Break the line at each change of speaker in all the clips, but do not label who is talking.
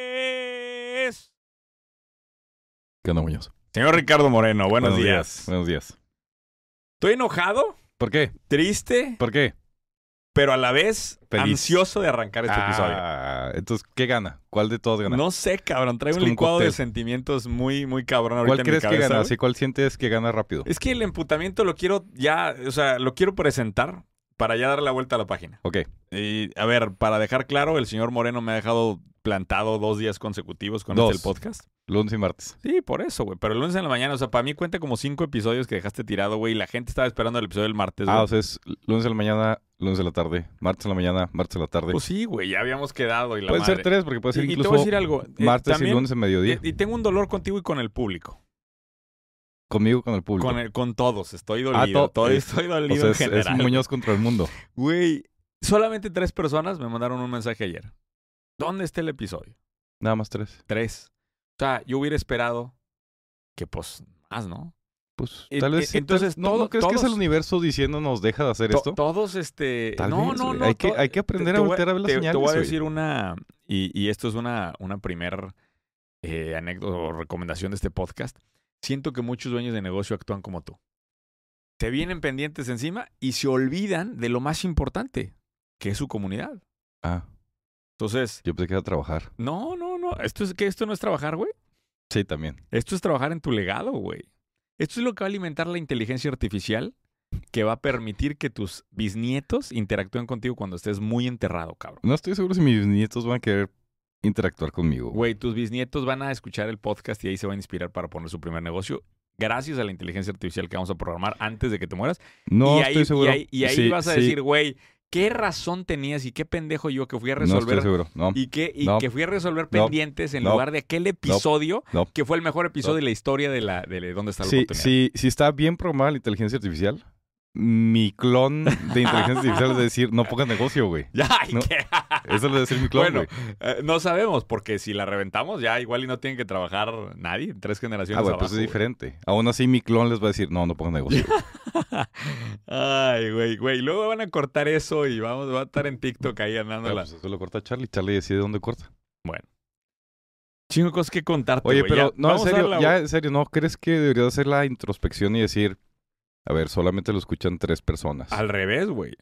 Emprendedores.
¿Qué onda, Muñoz?
Señor Ricardo Moreno, buenos, días.
Buenos días.
Estoy enojado,
¿Por qué?
triste,
¿Por qué?
pero a la vez
Feliz.
ansioso de arrancar este episodio.
Ah, entonces, ¿qué gana? ¿Cuál de todos gana?
No sé, cabrón. Trae
Es
un
como un
licuado de
cóctel.
sentimientos muy, muy cabrón ahorita
¿Cuál
en mi
crees que
cabeza,
gana?
güey.
Sí, ¿Cuál sientes que gana rápido?
Es que el emputamiento lo quiero ya, o sea, lo quiero presentar para ya dar la vuelta a la página.
Ok.
Y a ver, para dejar claro, el señor Moreno me ha dejado plantado dos días consecutivos con
Dos.
este el podcast.
Lunes y martes.
Sí, por eso, güey. Pero el lunes en la mañana, o sea, para mí cuenta como cinco episodios que dejaste tirado, güey. Y la gente estaba esperando el episodio del martes, güey.
Ah, o sea, es lunes de la mañana, lunes de la tarde, martes de la mañana, martes de la tarde.
Pues sí, güey, ya habíamos quedado y la
Pueden ser
madre.
tres, porque puede
y,
ser
y te
incluso
voy a decir algo. eh,
martes y
también- eh,
lunes en mediodía.
Y, y tengo un dolor contigo y con el público.
Conmigo, con el público. Ah,
Con, el- con todos. Estoy dolido.
to-
todo-
es-
estoy
o
dolido
sea, es,
en
es
general.
Muñoz contra el mundo.
Güey, solamente tres personas me mandaron un mensaje ayer. ¿Dónde está el episodio?
Nada más tres.
Tres. O sea, yo hubiera esperado que, pues, más, ¿no?
Pues,
Eh,
tal
eh,
vez. sí, tal-
entonces,
¿no,
todo-
¿no crees que es el
todos-
universo diciéndonos deja de hacer
To-
esto?
Todos, este.
Tal
no,
vez,
no,
güey.
no.
Hay que-
to-
hay que aprender a
voy
voltear a ver las
te- Te voy
señales,
a
güey.
decir una. Y, y esto es una, una primer eh, anécdota o recomendación de este podcast. Siento que muchos dueños de negocio actúan como tú. Te vienen pendientes encima y se olvidan de lo más importante, que es su comunidad.
Ah,
Entonces,
yo pensé que iba a trabajar.
no, no, no. Esto es que esto no es trabajar, güey.
Sí, también.
Esto es trabajar en tu legado, güey. Esto es lo que va a alimentar la inteligencia artificial que va a permitir que tus bisnietos interactúen contigo cuando estés muy enterrado, cabrón.
No estoy seguro si mis nietos van a querer interactuar conmigo.
Güey, tus bisnietos van a escuchar el podcast y ahí se van a inspirar para poner su primer negocio gracias a la inteligencia artificial que vamos a programar antes de que te mueras.
No
y ahí,
estoy seguro.
Y ahí, y ahí
Sí,
vas a
sí.
decir, güey, ¿qué razón tenías y qué pendejo yo que fui a
No estoy
resolver
seguro. No.
y que, y
No.
que fui a resolver
No.
pendientes en
No.
lugar de aquel episodio
No.
que fue el mejor episodio
No.
de la historia de la de dónde está la
Sí,
oportunidad?
sí, si está bien programada la inteligencia artificial, mi clon de inteligencia artificial es decir, no pongas negocio, güey.
Ya, ay,
No.
qué-
Eso le va a decir mi clon,
Bueno,
güey.
eh, no sabemos, porque si la reventamos, ya igual y no tienen que trabajar nadie, tres generaciones.
ah, bueno, pues
abajo,
es
güey.
diferente. Aún así, mi clon les va a decir, no, no pongas negocio. güey.
Ay, güey, güey. Luego van a cortar eso y vamos, va a estar en TikTok ahí
Ah,
andándola.
pues eso lo corta Charlie. Charlie decide dónde corta.
Chingo cosas que contarte.
Oye,
güey.
pero
Ya,
no, en
vamos a
serio,
darla,
ya
güey.
en serio, ¿no crees que deberías hacer la introspección y decir, a ver, solamente lo escuchan tres personas?
Al revés, güey.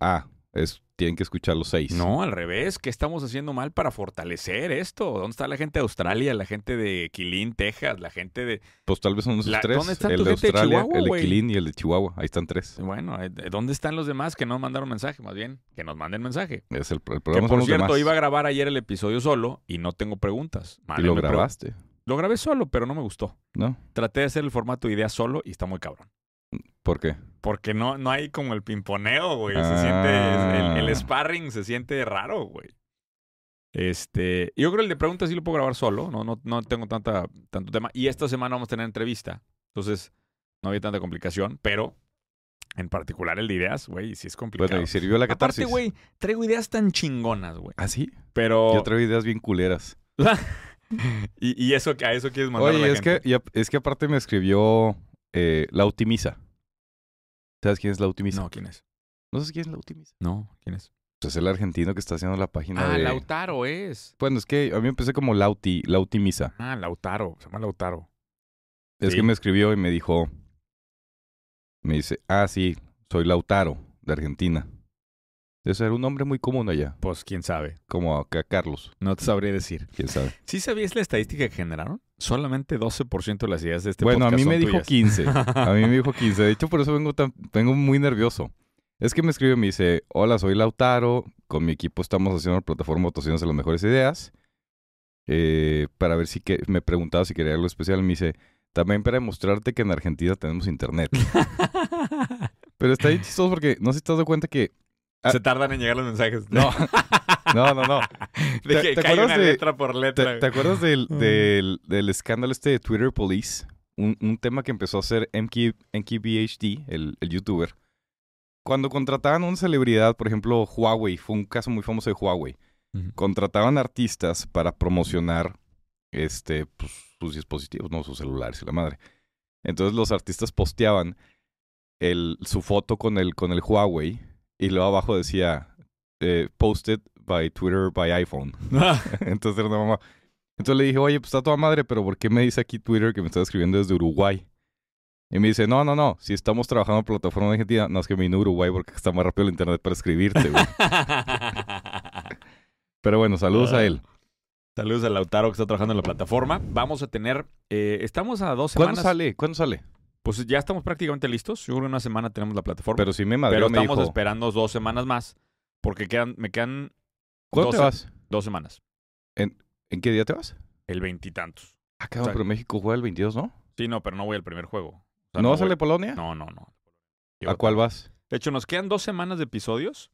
Ah, es, tienen que escuchar los seis.
No, al revés. ¿Qué estamos haciendo mal para fortalecer esto? ¿Dónde está la gente de Australia, la gente de Quilín, Texas, la gente de.
Pues tal vez son esos
La-
tres.
¿dónde están
el
tu
de
gente de
Australia,
Chihuahua,
el de
güey?
Quilín y el de Chihuahua. Ahí están tres.
Bueno, eh, ¿dónde están los demás que no mandaron mensaje? Más bien, que nos manden mensaje.
Es el, el
Que
problema son
por
los
cierto,
demás.
iba a ¿eh? grabar ayer el episodio solo y no tengo preguntas.
Y lo
Mándenme preguntas.
grabaste,
Lo grabé solo, pero no me gustó.
¿no?
Traté de hacer el formato idea solo y está muy cabrón.
¿Por qué?
Porque no, no hay como el pimponeo, güey. Se
Ah.
siente. El, el sparring se siente raro, güey. Este. Yo creo el de preguntas sí lo puedo grabar solo. No, no, no tengo tanta, tanto tema. Y esta semana vamos a tener entrevista. Entonces, no había tanta complicación, pero en particular el de ideas, güey, sí es complicado.
Bueno, y sirvió la
Aparte,
catarsis.
güey, traigo ideas tan chingonas, güey.
¿Ah, sí?
Pero.
Yo traigo ideas bien culeras.
Y, y eso, a eso quieres mandar a
Oye,
la
es
gente.
que, y ap- es que aparte me escribió eh, La Optimisa. ¿Sabes quién es La Optimisa?
No, ¿quién es?
¿No sabes quién es La Optimisa?
No, ¿quién es?
Pues es el argentino que está haciendo la página
Ah,
de...
Lautaro es.
Bueno, es que a mí empecé como Lauti, La Optimisa.
Ah, Lautaro, se llama Lautaro.
Es
Sí.
que me escribió y me dijo... Me dice, ah, sí, soy Lautaro, de Argentina. Eso era un nombre muy común allá,
Pues quién sabe,
como acá Carlos,
no te sabría decir.
quién sabe.
¿Sí sabías la estadística que generaron? Solamente 12% de las ideas de este
bueno, a
podcast
mí
son
me dijo
tuyas.
15. A mí me dijo 15. De hecho, por eso vengo, tan, vengo muy nervioso. Es que me escribe y me dice, hola, soy Lautaro. Con mi equipo estamos haciendo la plataforma Votaciones de las Mejores Ideas. Eh, para ver si que, me preguntaba si quería algo especial. Me dice, también para demostrarte que en Argentina tenemos internet. Pero está bien chistoso porque no sé si te has dado cuenta que...
Se tardan en llegar los mensajes.
No, no, no, no.
de
¿te-
que
te
cae
acuerdas
una
de-
letra por letra.
¿Te, te acuerdas del, del- del escándalo este de Twitter Police? Un, un tema que empezó a hacer MK, MKBHD, el, el youtuber. Cuando contrataban a una celebridad, por ejemplo, Huawei, fue un caso muy famoso de Huawei.
Ujú.
contrataban artistas para promocionar este, pues, sus dispositivos, no sus celulares y la madre. Entonces los artistas posteaban el, su foto con el, con el Huawei y luego abajo decía eh, posted by Twitter by iPhone. Entonces era una mamá. Entonces le dije, oye, pues está toda madre, pero ¿por qué me dice aquí Twitter que me está escribiendo desde Uruguay? Y me dice, no, no, no, si estamos trabajando en plataforma de Argentina, no es que me vino a Uruguay porque está más rápido el internet para escribirte, güey. Pero bueno, saludos
Ah,
a él.
Saludos a Lautaro que está trabajando en la plataforma. Vamos a tener, eh, estamos a dos
¿Cuándo
semanas.
sale? ¿Cuándo sale?
Pues ya estamos prácticamente listos. Yo creo que en una semana tenemos la plataforma.
Pero si me madre
Pero
me
estamos
dijo,
esperando dos semanas más. Porque quedan, me quedan
¿cuándo te
doce-
vas?
dos semanas.
¿En qué día te vas?
El veintitantos.
Ah, cabrón,
O sea-
pero México juega el 22, ¿no?
Sí, no, pero no voy al primer juego. O sea,
¿No vas a
voy-
la de Polonia?
No, no, no.
¿A cuál vas?
De hecho, nos quedan dos semanas de episodios.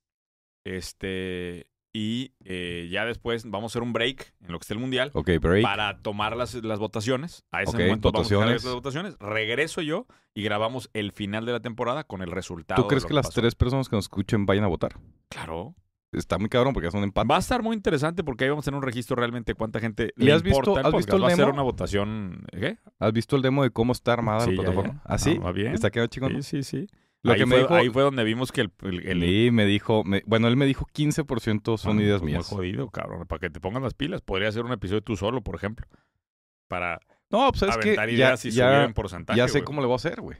Este. Y eh, ya después vamos a hacer un break en lo que esté el mundial.
Ok, break.
Para tomar las, las votaciones. A ese
Ok,
momento vamos a dejar
votaciones.
abiertas las votaciones. Regreso yo y grabamos el final de la temporada con el resultado. de
¿Tú crees
lo
que las
pasó.
tres personas que nos escuchen vayan a votar?
Claro.
Está muy cabrón porque es un empate.
Va a estar muy interesante porque ahí vamos a tener un registro realmente de cuánta gente
Ah. ¿Y
le
has visto-
importa el
has
podcast.
visto el
Va a ser
demo?
una votación. ¿Qué?
¿Has visto el demo de cómo está armada
Sí,
la
ya,
plataforma?
ya.
¿Ah, sí?
Ah, va bien.
Está quedando chingón.
Sí, sí, sí.
Lo
ahí,
que me
fue,
dijo.
ahí fue donde vimos que el. el- el-
Sí, me dijo. me- bueno, él me dijo 15% son
Ah,
ideas
pues
mías.
Muy jodido, cabrón. Para que te pongan las pilas. Podría ser un episodio tú solo, por ejemplo. Para
No, pues es que.
aventar
Ya,
ideas y subir
ya,
en porcentaje.
ya sé
güey.
cómo le voy a hacer, güey.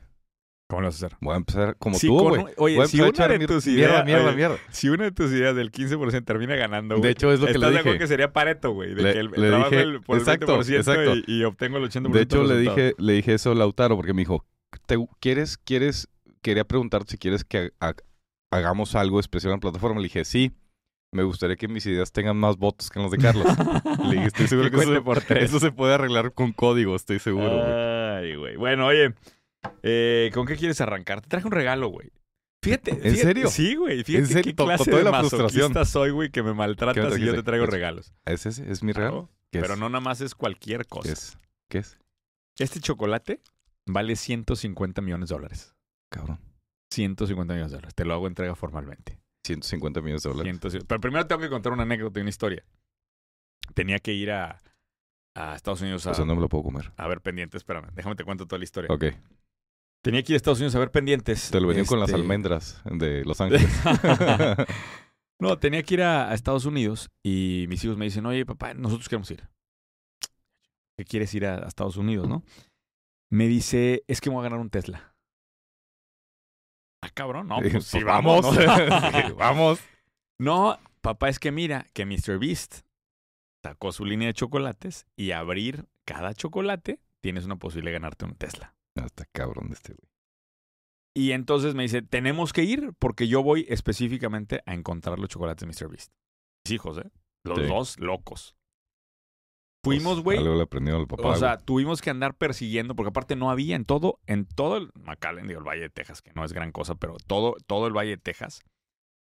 ¿Cómo lo vas a hacer.
Voy a empezar como
Si
tú,
con
güey.
un- oye,
Voy a
si
empezar a
una
echar
de
mier-
tus
mierda,
ideas-
mierda,
oye,
mierda.
Si una de tus ideas del 15% termina ganando, güey.
De hecho, es lo que
¿Estás
le
de acuerdo
dije.
que sería Pareto, güey? De
Le-
que el, el
le
trabajo
dije-
el- por el
exacto,
20%
exacto.
Y, y obtengo el 80%.
De hecho,
del
le
resultado.
dije, le dije eso a Lautaro porque me dijo, ¿te, ¿quieres, quieres, quería preguntarte si quieres que ha- ha- hagamos algo especial en la plataforma? Le dije, sí, me gustaría que mis ideas tengan más votos que las de Carlos. le dije, estoy seguro que
cuente
eso,
por tres. Ah.
eso se puede arreglar con código, estoy seguro. güey.
Ay, güey. Bueno, oye, eh, ¿con qué quieres arrancar? Te traje un regalo, güey. Fíjate.
¿En
fíjate-
serio?
Sí, güey. Fíjate
¿En serio?
qué
Con- con
clase
toda
de
la frustración.
masoquista soy, güey, que me
¿Qué me
maltratas y yo
trajiste?
te traigo
Es-
regalos.
¿Es ese? ¿Es mi regalo? ¿Qué
Pero
es?
no nada más es cualquier cosa.
¿Qué es? ¿Qué es?
Este chocolate vale 150 millones de dólares.
Cabrón.
150 millones de dólares. Te lo hago entrega formalmente.
150 millones de dólares.
150. Pero primero tengo que contar una anécdota y una historia. Tenía que ir a, a Estados Unidos a,
O sea, no me lo puedo comer.
a ver pendientes. Espérame, déjame te cuento toda la historia.
Ok.
Tenía que ir a Estados Unidos a ver pendientes.
Te lo vendí con las
Este-
almendras de Los Ángeles.
no, tenía que ir a, a Estados Unidos y mis hijos me dicen, oye, papá, nosotros queremos ir. ¿Qué quieres ir a, a Estados Unidos, no? Me dice, es que me voy a ganar un Tesla. Ah, cabrón, no, pues sí,
Pues
vamos.
Sí,
¿no?
vamos.
No, papá, es que mira que Mr. Beast sacó su línea de chocolates y abrir cada chocolate tienes una posibilidad de ganarte un Tesla.
Hasta cabrón de este güey.
Y entonces me dice, tenemos que ir porque yo voy específicamente a encontrar los chocolates de Mr. Beast. Mis hijos, ¿eh? Los
Sí.
dos locos. Fuimos,
Pues,
güey.
Algo le aprendió al papá.
o sea, tuvimos que andar persiguiendo porque aparte no había en todo, en todo el McAllen, digo, el Valle de Texas, que no es gran cosa, pero todo, todo el Valle de Texas,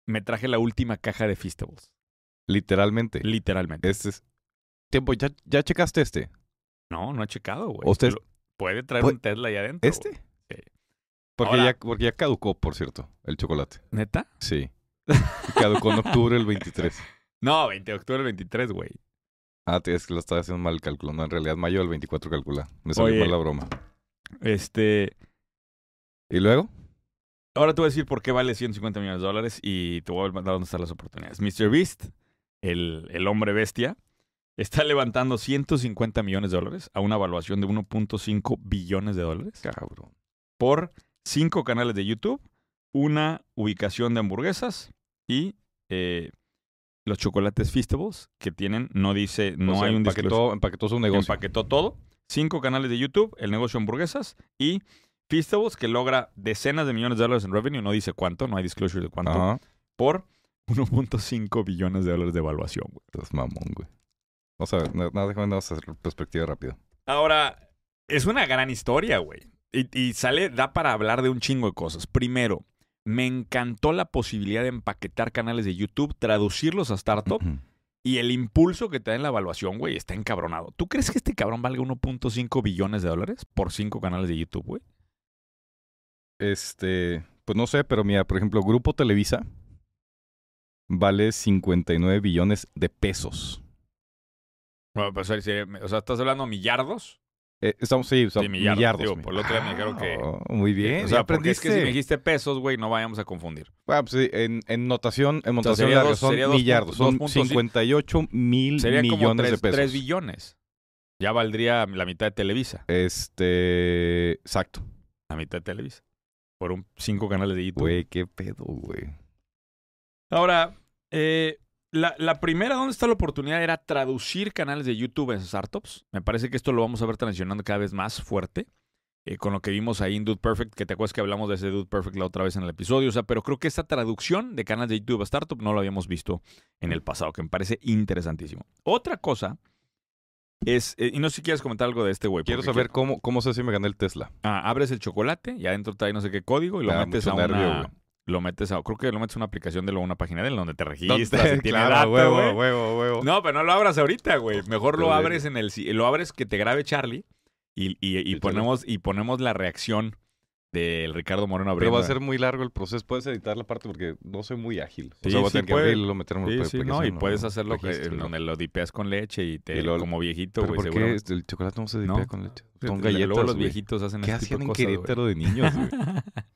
me traje la última caja de Festivals.
Literalmente.
Literalmente.
Este es. Tiempo, ¿ya, ya checaste este?
No, no he checado, güey.
¿Ustedes-
Lo- Puede traer
Pu-
un Tesla ahí adentro. güey.
pues, ¿Este?
Sí.
Porque
Ahora-
ya, porque ya caducó, por cierto, el chocolate.
¿Neta?
Sí. Y Caducó en octubre del 23.
No, 20 de octubre del 23, güey.
Ah, te- es que lo estaba haciendo mal el cálculo. No, en realidad mayo del 24 calcula. Me salió
Oye.
mal la broma.
Este.
¿Y luego?
Ahora te voy a decir por qué vale 150 millones de dólares y te voy a mandar dónde están las oportunidades. Mr. Beast, el, el hombre bestia, está levantando 150 millones de dólares a una evaluación de 1.5 billones de dólares
Cabrón.
por cinco canales de YouTube, una ubicación de hamburguesas y eh, los chocolates Feastables que tienen, no dice, no
O sea,
hay un disclosure.
empaquetó, empaquetó su negocio.
Empaquetó todo. Cinco canales de YouTube, el negocio de hamburguesas y Feastables, que logra decenas de millones de dólares en revenue. No dice cuánto, no hay disclosure de cuánto.
Ajá.
Por 1.5 billones de dólares de evaluación, güey.
Estás mamón, güey. Vamos a ver, na- nada, déjame nada más hacer perspectiva rápido.
Ahora, es una gran historia, güey. Y, y sale, da para hablar de un chingo de cosas. Primero, me encantó la posibilidad de empaquetar canales de YouTube, traducirlos a startup y el impulso que te da en la evaluación, güey, está encabronado. ¿Tú crees que este cabrón valga 1.5 billones de dólares por cinco canales de YouTube, güey?
Este, pues no sé, pero mira, por ejemplo, Grupo Televisa vale 59 billones de pesos.
Bueno, pues, ahí sería- o sea, ¿estás hablando millardos?
Eh, estamos, sí, o sea,
Sí, millardos,
millardos.
digo,
mi-
por el otro día me dijeron que-
Ah, Muy bien,
o
ya
sea, porque es que si me
aprendiste.
dijiste pesos, güey, no vayamos a confundir.
Ah, pues sí, en, en notación, en
sea,
notación
sería
larga
dos-
son
sería dos
millardos,
punto- dos
son
punto cinco.
58 mil
Serían como
millones
3,
de pesos.
billones. Ya valdría la mitad de Televisa.
este, exacto.
La mitad de Televisa. Por un cinco canales de YouTube.
Güey, qué pedo, güey.
Ahora, eh, la, la primera, ¿dónde está la oportunidad? Era traducir canales de YouTube en startups. Me parece que esto lo vamos a ver transicionando cada vez más fuerte. eh, con lo que vimos ahí en Dude Perfect, que te acuerdas que hablamos de ese Dude Perfect la otra vez en el episodio. O sea, pero creo que esta traducción de canales de YouTube a startup no lo habíamos visto en el pasado, que me parece interesantísimo. Otra cosa es, eh, y no sé si quieres comentar algo de este güey.
Quiero
porque
saber cómo, cómo sé si me gané el Tesla.
Ah, abres el chocolate y adentro trae no sé qué código y lo
Me da
metes a
mucho
una...
nervio, güey.
lo metes a... Creo que lo metes a una aplicación de lo- una página de él donde te
No,
registras y tiene
claro,
datos,
huevo,
güey.
huevo, huevo.
No, pero no lo abras ahorita, güey. Mejor lo
Pero,
abres en el... si- Lo abres que te grabe Charlie y, y- y
Sí,
ponemos, y ponemos la reacción del Ricardo Moreno
Pero
abriendo.
va a ser muy largo el proceso. Puedes editar la parte porque no soy muy ágil. O
Sí,
sea, voy a
sí,
tener que
puede.
abrirlo, meterme en
Sí,
la
sí,
aplicación,
no, y puedes hacerlo que-
registro,
en
¿no?
donde lo dipeas con leche y te...
Y luego-
como viejito,
Pero
güey,
¿por qué
seguramente.
este, el chocolate no se
No.
dipea con leche? Son
Luego
galletas,
los
güey.
viejitos hacen
¿Qué
ese tipo
hacían
de
en
cosas, güey.
Querétaro de niños, güey?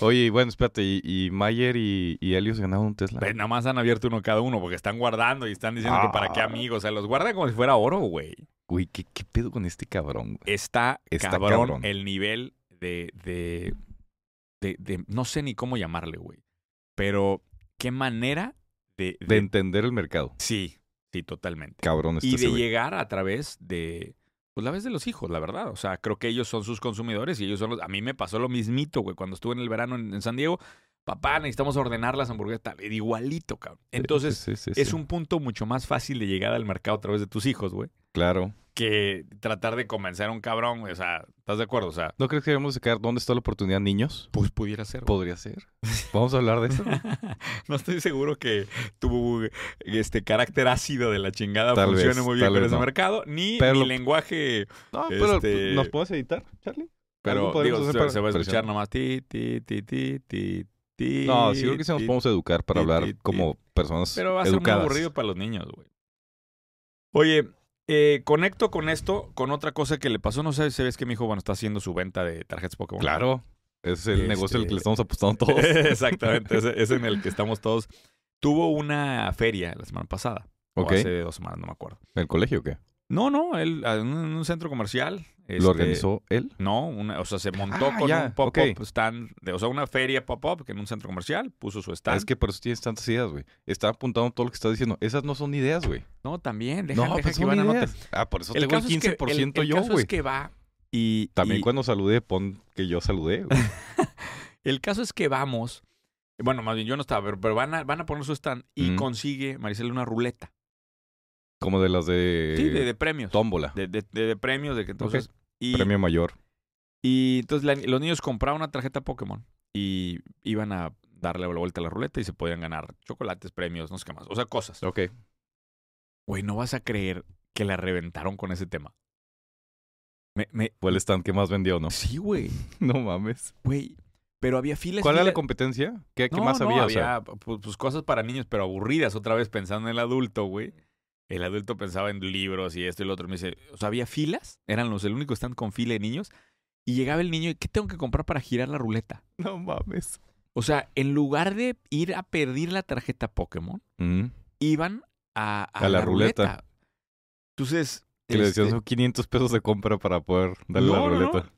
Oye, y bueno, espérate, ¿y, y Mayer y, y Helios ganaron un Tesla?
Pues nada más han abierto uno cada uno porque están guardando y están diciendo que para qué
Ah.
amigos. O sea, los guardan como si fuera oro, güey.
Güey, ¿qué, qué pedo con este cabrón, güey?
Está,
Está
cabrón,
cabrón.
el nivel de, de, de- de- No sé ni cómo llamarle, güey. Pero qué manera de... de-
De entender el mercado.
sí, sí, totalmente.
Cabrón este
y de
ese güey.
llegar a través de... Pues la vez de los hijos, la verdad. O sea, creo que ellos son sus consumidores y ellos son los... A mí me pasó lo mismito, güey. Cuando estuve en el verano en, en San Diego, papá, necesitamos ordenar las hamburguesas. tal. Igualito, cabrón. Entonces,
Sí, sí, sí,
es
sí.
un punto mucho más fácil de llegar al mercado a través de tus hijos, güey,
Claro.
que tratar de convencer a un cabrón, güey. O sea, ¿estás de acuerdo? O sea,
¿No crees que debemos sacar dónde está la oportunidad, niños?
pues pudiera ser. güey.
Podría ser. Vamos a hablar de eso.
No estoy seguro que tu este carácter ácido de la chingada
Tal
funcione
vez,
muy bien
tal
con
vez
ese
no.
mercado, ni
Pero
mi
lo-
lenguaje.
No, pero
Este-
¿nos puedes editar, Charlie?
Pero
Algo podemos
digo,
hacer
se,
para-
se va a
para
escuchar
eso.
nomás ti, ti, ti, ti, ti, ti.
No, sí creo que sí nos
ti,
podemos educar para
ti,
hablar
ti, ti.
como personas
Pero va a ser
educadas.
muy aburrido para los niños, güey. Oye, eh, conecto con esto, con otra cosa que le pasó. No sé si ves que mi hijo, bueno, está haciendo su venta de tarjetas Pokémon.
Claro. Ese es el
Este-
negocio al que le estamos apostando todos.
Exactamente, es, es en el que estamos todos. Tuvo una feria la semana pasada.
ok.
O hace dos semanas, no me acuerdo.
¿El colegio o qué?
No, no, él en un, un centro comercial. este,
¿Lo organizó él?
No, una- o sea, se montó
Ah,
con
ya,
un pop-up
ok.
stand, de- o sea, una feria pop-up que en un centro comercial puso su stand.
Es que por eso tienes tantas ideas, güey. Está apuntando todo lo que estás diciendo. Esas no son ideas, güey.
No, también, deja,
No,
deja
pues
que
son
van a notar.
ideas. Ah, por eso tengo el
caso es
15%
que- el- el
yo,
caso
güey.
es que va y...
También
y-
cuando saludé, pon que yo saludé, güey.
El caso es que vamos... Bueno, más bien yo no estaba, pero, pero van, a, van a poner su stand y
Mm.
consigue, Maricela, una ruleta.
Como de las de,
sí, de, de premios.
tómbola.
De, de- de- de premios, de que entonces... Y,
premio mayor.
y entonces la- los niños compraban una tarjeta Pokémon y iban a darle la vuelta a la ruleta y se podían ganar chocolates, premios, no sé qué más. O sea, cosas.
Ok.
Güey, no vas a creer que la reventaron con ese tema. Me, me-
Fue el stand que más vendió, ¿no?
Sí, güey.
No mames.
Güey. Pero había filas.
¿Cuál era la
filas-
competencia? ¿Qué, qué
No,
más
no,
había? O sea,
pues, pues, cosas para niños, pero aburridas. Otra vez pensando en el adulto, güey. El adulto pensaba en libros y esto y lo otro. Me dice, o sea, había filas. Eran los el único stand con fila de niños. Y llegaba el niño y, ¿qué tengo que comprar para girar la ruleta?
no mames.
O sea, en lugar de ir a pedir la tarjeta Pokémon,
Mm.
iban a,
A la ruleta.
Entonces.
Que le decían
este,
son 500 pesos de compra para poder darle la
No, no, no.
ruleta.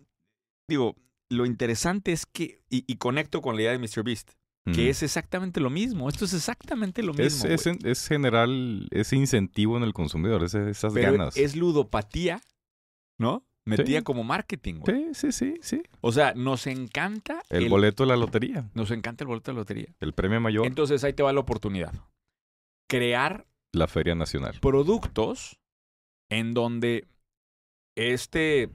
digo, lo interesante es que, y, y conecto con la idea de Mr. Beast,
Mm.
que es exactamente lo mismo. Esto es exactamente lo mismo.
Es, es,
güey.
en- es general ese incentivo en el consumidor, ese- esas
Pero
ganas.
es ludopatía, ¿no? Metida
Sí.
como marketing, güey.
Sí, sí, sí, sí.
O sea, nos encanta
El, boleto de la lotería,
Nos encanta el boleto de lotería.
el premio mayor,
Entonces ahí te va la oportunidad. Crear
la feria nacional.
productos en donde este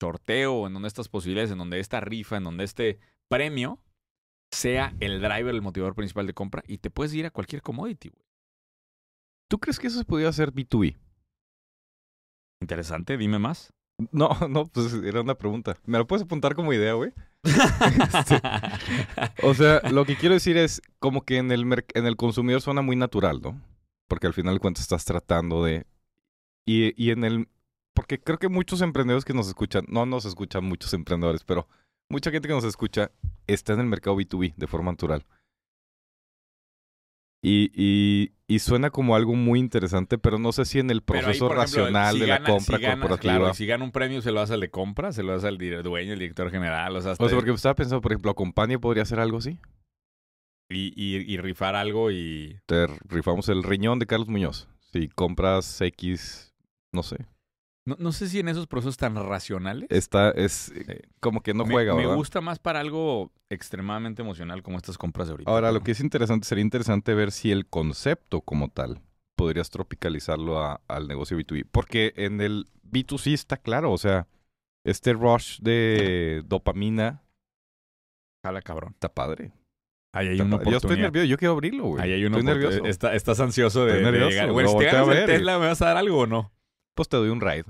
sorteo, en donde estas posibilidades, en donde esta rifa, en donde este premio sea el driver, el motivador principal de compra y te puedes ir a cualquier commodity, güey.
¿Tú crees que eso se podía hacer B2B?
Interesante, dime más.
No, no, pues era una pregunta. ¿Me lo puedes apuntar como idea, güey? Sí. O sea, lo que quiero decir es como que en el, merc- en el consumidor suena muy natural, ¿no? Porque al final de cuentas estás tratando de... Y, y en el... Porque creo que muchos emprendedores que nos escuchan, no nos escuchan muchos emprendedores, pero mucha gente que nos escucha está en el mercado B2B de forma natural. Y, y- y suena como algo muy interesante, pero no sé si en el
Pero ahí,
proceso
por ejemplo,
racional
si
de la
gana-
compra
si gana-
corporativa.
Claro, y si gana un premio, se lo das al de compra, se lo das al dire- dueño, el director general. O sea, hasta-
O sea, porque estaba pensando, por ejemplo, ¿Acompaña podría hacer algo así?
y, y- y rifar algo y.
te rifamos el riñón de Carlos Muñoz. Si compras X, no sé.
No, no sé si en esos procesos tan racionales.
Esta es eh, como que no
me-
juega,
me,
¿verdad?
gusta más para algo extremadamente emocional como estas compras de ahorita.
Ahora,
¿no?
lo que es interesante, sería interesante ver si el concepto como tal podrías tropicalizarlo a- al negocio B2B. Porque en el B2C está claro, o sea, este rush de dopamina
Jala, cabrón.
está padre.
Ahí hay
Está
una
pa- Yo estoy
oportunidad.
nervioso, yo quiero abrirlo, güey.
Ahí hay una
Estoy
oportunidad.
nervioso.
Está- estás ansioso de,
Estoy
de
nervioso,
llegar.
lo
Güey, si te
volteo a
ganas el
ver.
Tesla, ¿me vas a dar algo o no?
Pues te doy un ride.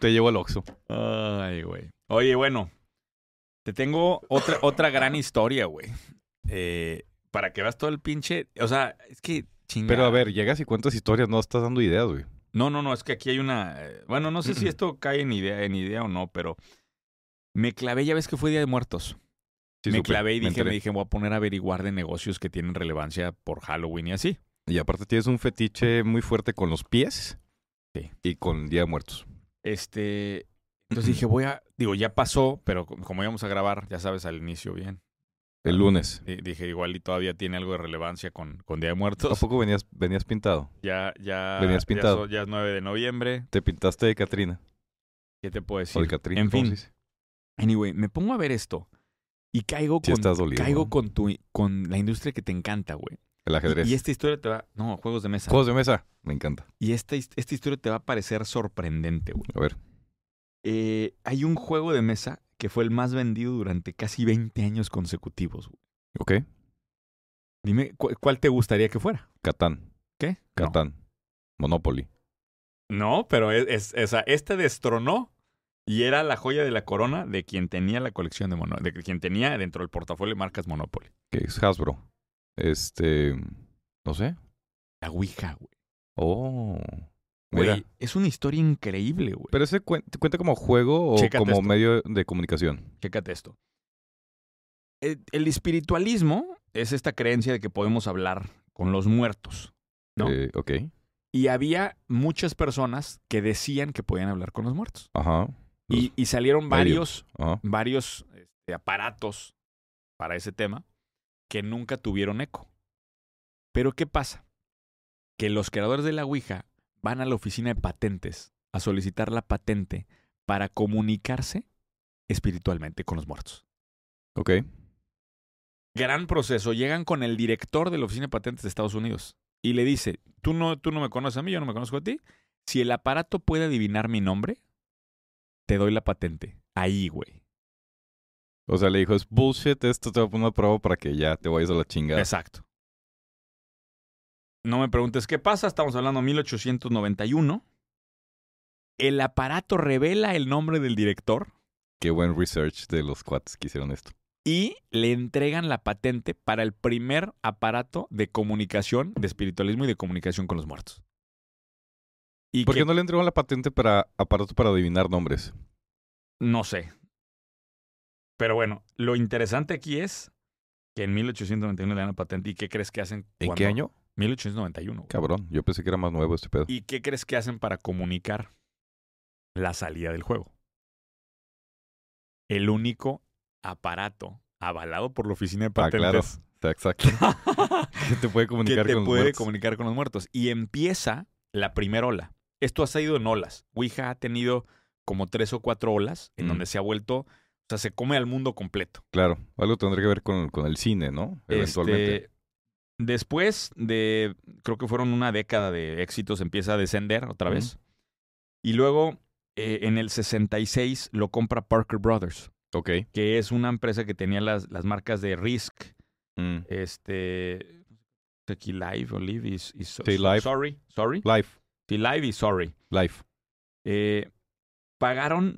te llevo al Oxxo.
Ay, güey. Oye, bueno, te tengo otra, otra gran historia, güey. Eh, para que veas todo el pinche. O sea, es que chingada.
Pero a ver, llegas y cuentas historias, no estás dando ideas, güey.
No, no, no, es que aquí hay una. eh, Bueno, no sé si esto cae en idea, en idea o no, pero me clavé, ya ves que fue Día de Muertos.
Sí,
me
supe,
clavé y dije,
enteré.
me dije, voy a poner a averiguar de negocios que tienen relevancia por Halloween y así.
Y aparte tienes un fetiche muy fuerte con los pies
Sí.
y con Día de Muertos.
Este. Entonces dije, voy a. Digo, ya pasó, pero co- como íbamos a grabar, ya sabes, al inicio bien.
El lunes.
Di- Dije, igual y todavía tiene algo de relevancia con, con Día de
¿A
Muertos.
poco venías, venías pintado?
Ya, ya.
Venías
ya
pintado.
so- Ya, es 9 de noviembre.
¿Te pintaste de Catrina?
¿Qué te puedo
¿O
decir?
de Catrina?
en
¿cómo
fin.
se dice?
Anyway, me pongo a ver esto y caigo
Sí
con,
estás dolido.
caigo
¿no?
con, tu, con la industria que te encanta, güey.
El ajedrez.
Y, y esta historia te va. No, juegos de mesa.
Juegos de mesa. Me encanta.
Y esta, his- esta historia te va a parecer sorprendente, güey.
A ver.
Eh, hay un juego de mesa que fue el más vendido durante casi 20 años consecutivos, güey.
Ok.
Dime, ¿cu- ¿cuál te gustaría que fuera?
Catán.
¿Qué? No.
Catán. Monopoly.
No, pero es, es- esa- este destronó y era la joya de la corona de quien tenía la colección de Monopoly, de quien tenía dentro del portafolio de marcas Monopoly.
Que es Hasbro. Este. No sé.
La Ouija, güey.
Oh.
Güey,
Mira.
es una historia increíble, güey.
Pero ese cuen- cuenta como juego o
Chécate
como
esto.
medio de comunicación.
Chécate esto. El, e, el espiritualismo es esta creencia de que podemos hablar con los muertos. No.
Eh, ok.
Y había muchas personas que decían que podían hablar con los muertos.
Ajá.
Y, y salieron varios,
mediums. Ajá.
varios este, aparatos para ese tema que nunca tuvieron eco. Pero ¿qué pasa? Que los creadores de la Ouija van a la oficina de patentes a solicitar la patente para comunicarse espiritualmente con los muertos.
Ok.
Gran proceso. Llegan con el director de la oficina de patentes de Estados Unidos y le dice, tú no, tú no me conoces a mí, yo no me conozco a ti. Si el aparato puede adivinar mi nombre, te doy la patente. Ahí, güey.
O sea, le dijo, es bullshit, esto te voy a poner una prueba para que ya te vayas a la chingada.
Exacto. No me preguntes qué pasa, estamos hablando de 1891. El aparato revela el nombre del director
Qué buen research de los cuates que hicieron esto.
y le entregan la patente para el primer aparato de comunicación, de espiritualismo y de comunicación con los muertos. Y
¿Por
que-
qué no le entregaron la patente para aparato para adivinar nombres?
No sé. Pero bueno, lo interesante aquí es que en 1891 le dan la patente. ¿Y qué crees que hacen?
¿En
cuando-
qué año?
1891. güey.
Cabrón, yo pensé que era más nuevo este pedo.
¿Y qué crees que hacen para comunicar la salida del juego? El único aparato avalado por la oficina de
Ah, claro.
patentes
Está exacto. que te puede
que
comunicar
te
con los
puede
muertos.
comunicar con los muertos. Y empieza la primera ola. Esto ha salido en olas. Ouija ha tenido como tres o cuatro olas en
Mm.
donde se ha vuelto, o sea, se come al mundo completo.
Claro, algo tendría que ver con, con el cine, ¿no? Eventualmente.
Este, después de, creo que fueron una década de éxitos, empieza a descender otra vez. Y luego, eh, en el 66, lo compra Parker Brothers,
Ok.
que es una empresa que tenía las, las marcas de Risk,
Mm.
este, aquí Live o Live y, y so-
Sí, Live.
Sorry, Sorry.
Life.
Sí, Live y Sorry.
Life.
Eh, pagaron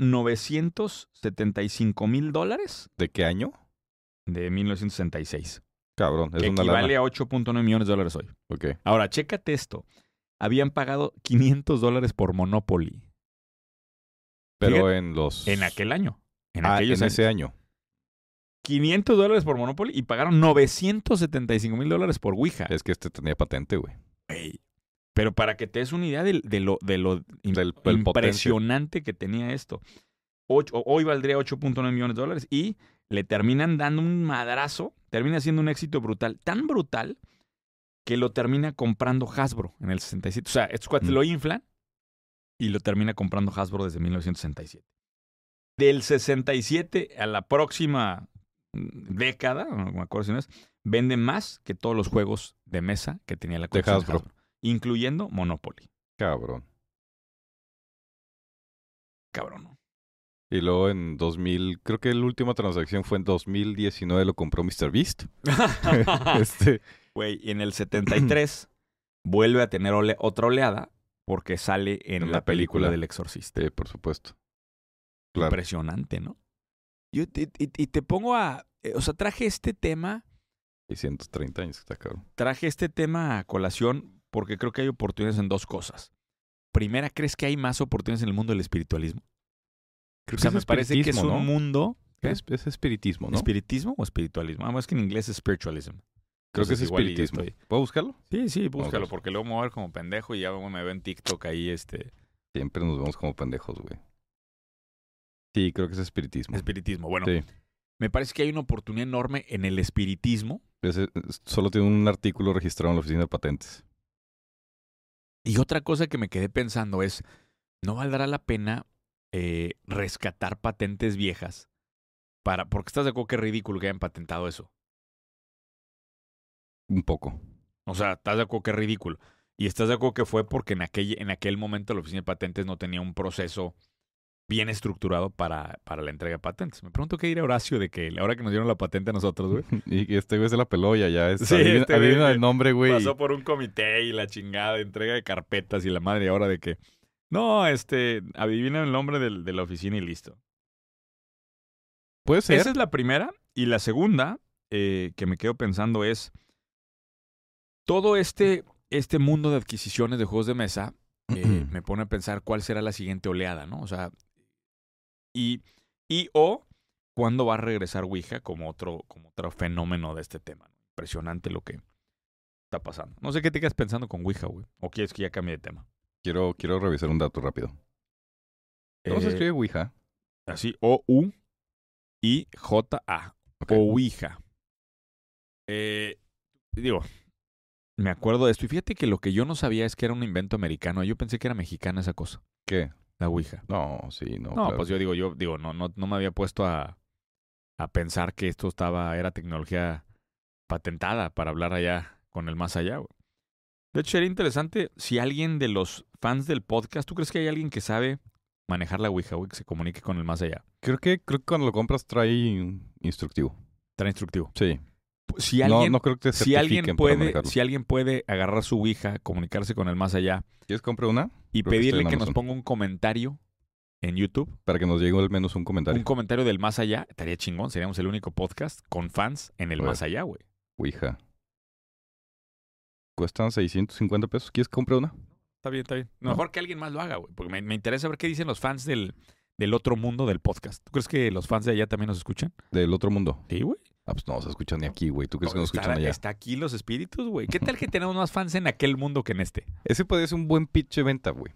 975 mil dólares
¿De qué año?
de 1966.
Cabrón, es
que
una
equivale
lana.
a 8.9 millones de dólares hoy.
Ok.
Ahora, chécate esto. Habían pagado 500 dólares por Monopoly
Pero
Fíjate,
en los...
en aquel año. En
Ah,
aquellos
en
años.
ese año.
500 dólares por Monopoly y pagaron 975 mil dólares por Ouija.
Es que este tenía patente, güey.
Güey. Pero para que te des una idea del- de, lo, de lo im-
Del- del
impresionante que tenía esto. Ocho- hoy valdría 8.9 millones de dólares y le terminan dando un madrazo. Termina siendo un éxito brutal. Tan brutal que lo termina comprando Hasbro en el 67. O sea, estos cuates
Mm.
lo inflan y lo termina comprando Hasbro desde 1967. Del 67 a la próxima mm, década, no me acuerdo si no es, vende más que todos los juegos de mesa que tenía la colección
Hasbro.
incluyendo Monopoly.
Cabrón.
Cabrón. ¿no?
Y luego en 2000, creo que la última transacción fue en 2019, lo compró MrBeast. este,
Güey, y en el 73 vuelve a tener ole- otra oleada porque sale en
En
la,
la
película,
película.
del exorcista.
sí, eh, por supuesto. Claro.
Impresionante, ¿no? Yo te- y, y te pongo a... eh, O sea, traje este tema,
630 años, está cabrón.
traje este tema a colación porque creo que hay oportunidades en dos cosas. Primera, ¿crees que hay más oportunidades en el mundo del espiritualismo?
Creo
o sea, me parece que Pues es un
Pues ¿no?
mundo... ¿Qué?
Es, es espiritismo, ¿no?
¿Espiritismo o espiritualismo? Ah, es que en inglés es spiritualism.
Creo que
Entonces,
es
igual y yo
espiritismo.
estoy-
¿Puedo buscarlo?
Sí, sí,
Vamos a
búscalo,
ver.
porque luego me voy a ver como pendejo y ya luego me veo en TikTok ahí, este,
Siempre nos vemos como pendejos, güey. Sí, creo que es espiritismo.
espiritismo. Bueno,
Sí.
me parece que hay una oportunidad enorme en el espiritismo
Ese- es- solo tiene un artículo registrado en la oficina de patentes.
y otra cosa que me quedé pensando es, ¿no valdrá la pena eh, rescatar patentes viejas? Para, porque estás de acuerdo que es ridículo que hayan patentado eso.
Un poco.
O sea, estás de acuerdo que es ridículo. Y estás de acuerdo que fue porque en aquel, en aquel momento la oficina de patentes no tenía un proceso bien estructurado para, para la entrega de patentes. Me pregunto qué dirá Horacio de que ahora que nos dieron la patente a nosotros, güey.
Y que este güey se la peló ya, ya. Es,
Sí,
adivina,
este güey
adivina
le-
el nombre, güey.
Pasó por un comité y la chingada, entrega de carpetas y la madre y ahora de que. No, este, adivina el nombre del- de la oficina y listo.
Puede ser.
Esa es la primera. Y la segunda eh, que me quedo pensando es todo este, este mundo de adquisiciones de juegos de mesa eh, me pone a pensar cuál será la siguiente oleada, ¿no? O sea, y, y o cuándo va a regresar Ouija como otro, como otro fenómeno de este tema. Impresionante lo que está pasando. No sé qué te quedas pensando con Ouija, güey. O quieres que ya cambie de tema.
Quiero, quiero revisar un dato rápido. ¿Cómo se
Eh,
escribe Ouija?
Así, O-U-I-J-A.
Ok.
O Ouija. Eh, digo, me acuerdo de esto. Y fíjate que lo que yo no sabía es que era un invento americano. Yo pensé que era mexicana esa cosa,
¿Qué?
la Ouija.
No, sí, no.
No,
claro.
pues yo digo, yo digo, no, no, no me había puesto a, a pensar que esto estaba, era tecnología patentada para hablar allá con el más allá. güey. De hecho, sería interesante si alguien de los fans del podcast, ¿tú crees que hay alguien que sabe manejar la Ouija, güey, que se comunique con el más allá?
Creo que, creo que cuando lo compras trae un instructivo.
Tan instructivo.
Sí.
Si
no,
alguien,
no creo que te
si alguien
certifiquen para
puede,
manejarlo.
si alguien puede agarrar su Ouija, comunicarse con el más allá
¿Quieres comprar una?
y
Creo que
pedirle
está
que
en
nos
Amazon.
ponga un comentario en YouTube,
Para que nos llegue al menos un comentario.
un comentario del más allá, estaría chingón, seríamos el único podcast con fans en el
Bueno.
más allá, güey.
Ouija. Cuestan 650 pesos. ¿Quieres comprar una?
Está bien, está bien. Mejor que alguien más lo haga, güey, porque me, me interesa ver qué dicen los fans del, del otro mundo del podcast. ¿Tú crees que los fans de allá también nos escuchan?
Del otro mundo.
Sí, güey.
Ah, pues no se escuchan ni aquí, güey. ¿Tú crees que
No,
no
está, este.
escuchan allá?
está aquí los espíritus, güey. ¿Qué tal que tenemos más fans en aquel mundo que en este?
Ese puede ser un buen pitch de venta, güey.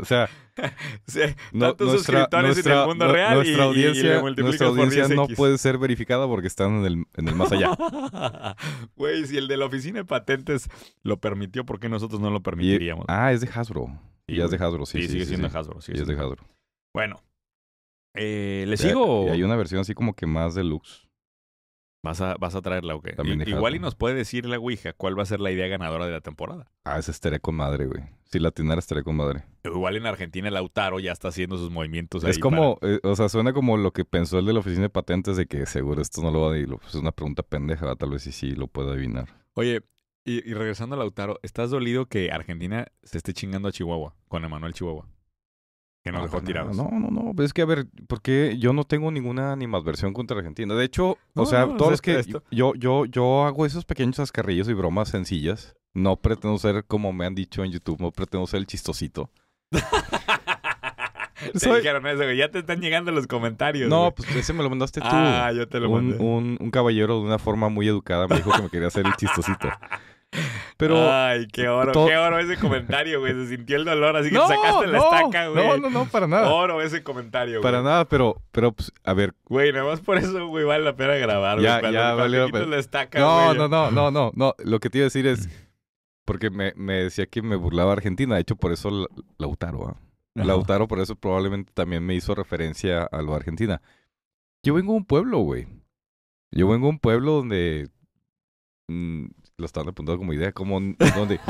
O sea,
Sí,
no-
Tantos
nuestra,
suscriptores en el
nuestra-
mundo
nu-
real y-
nuestra
y- y le
audiencia,
multiplicas
nuestra
por
audiencia no
10x.
puede ser verificada porque están en el, en el más allá.
Güey, si el de la oficina de patentes lo permitió, ¿por qué nosotros no lo
Y-
permitiríamos?
ah, es de Hasbro.
Sí,
ya es de
güey.
Hasbro, sí.
sí,
sí,
sigue
sí,
siendo
sí.
Hasbro. sigue
Sí, es de
siendo-
Hasbro.
Bueno, eh, ¿le
Y-
sigo?
Y
o
hay una versión así como que más deluxe.
¿Vas, a, ¿Vas a traerla o qué?
También
I-
de
Igual y
Hasbro.
nos puede decir la Ouija cuál va a ser la idea ganadora de la temporada.
Ah, esa estaría con madre, güey. Si la atinara, estaría con madre.
Igual en Argentina Lautaro ya está haciendo sus movimientos ahí
es como, eh, o sea, suena como lo que pensó el de la oficina de patentes de que seguro esto no lo va a adivinar. Pues es una pregunta pendeja, tal vez sí, sí lo pueda adivinar.
para- Oye, y, y regresando a Lautaro, ¿estás dolido que Argentina se esté chingando a Chihuahua con Emanuel Chihuahua? que nos
No,
dejó
para nada.
tirados.
No, no, no. Es que, a ver, porque yo no tengo ninguna animadversión contra Argentina. De hecho,
No,
o sea,
no,
todos
o
los
sea,
que.
esto-
Yo, yo, yo hago esos pequeños ascarrillos y bromas sencillas. No pretendo ser, como me han dicho en YouTube, no pretendo ser el chistosito.
Te
Soy-
dijeron eso, güey. Ya te están llegando los comentarios.
No,
güey.
pues ese me lo mandaste tú.
Ah, yo te lo
un,
mandé.
un, un caballero de una forma muy educada me dijo que me quería hacer el chistosito. Pero.
Ay, qué oro,
to-
qué oro ese comentario, güey. Se sintió el dolor, así que
no,
te sacaste la
no,
estaca, güey.
No, no, no, para nada.
Oro ese comentario,
para
güey.
nada, pero, pero, pues, a ver.
Güey, nada más por eso, güey, vale la pena grabar,
Ya,
güey. Cuando,
ya
cuando
valió
te
la
quitas
pena.
la estaca,
No,
güey.
no, no, no, no, no. Lo que te iba a decir es. Porque me, me decía que me burlaba Argentina. De hecho, por eso la- Lautaro. ¿ah?
Ajá.
Lautaro, por eso probablemente también me hizo referencia a lo de Argentina. Yo vengo de un pueblo, güey. Yo vengo de un pueblo donde. mm, lo están apuntando como idea. Como. n- Donde.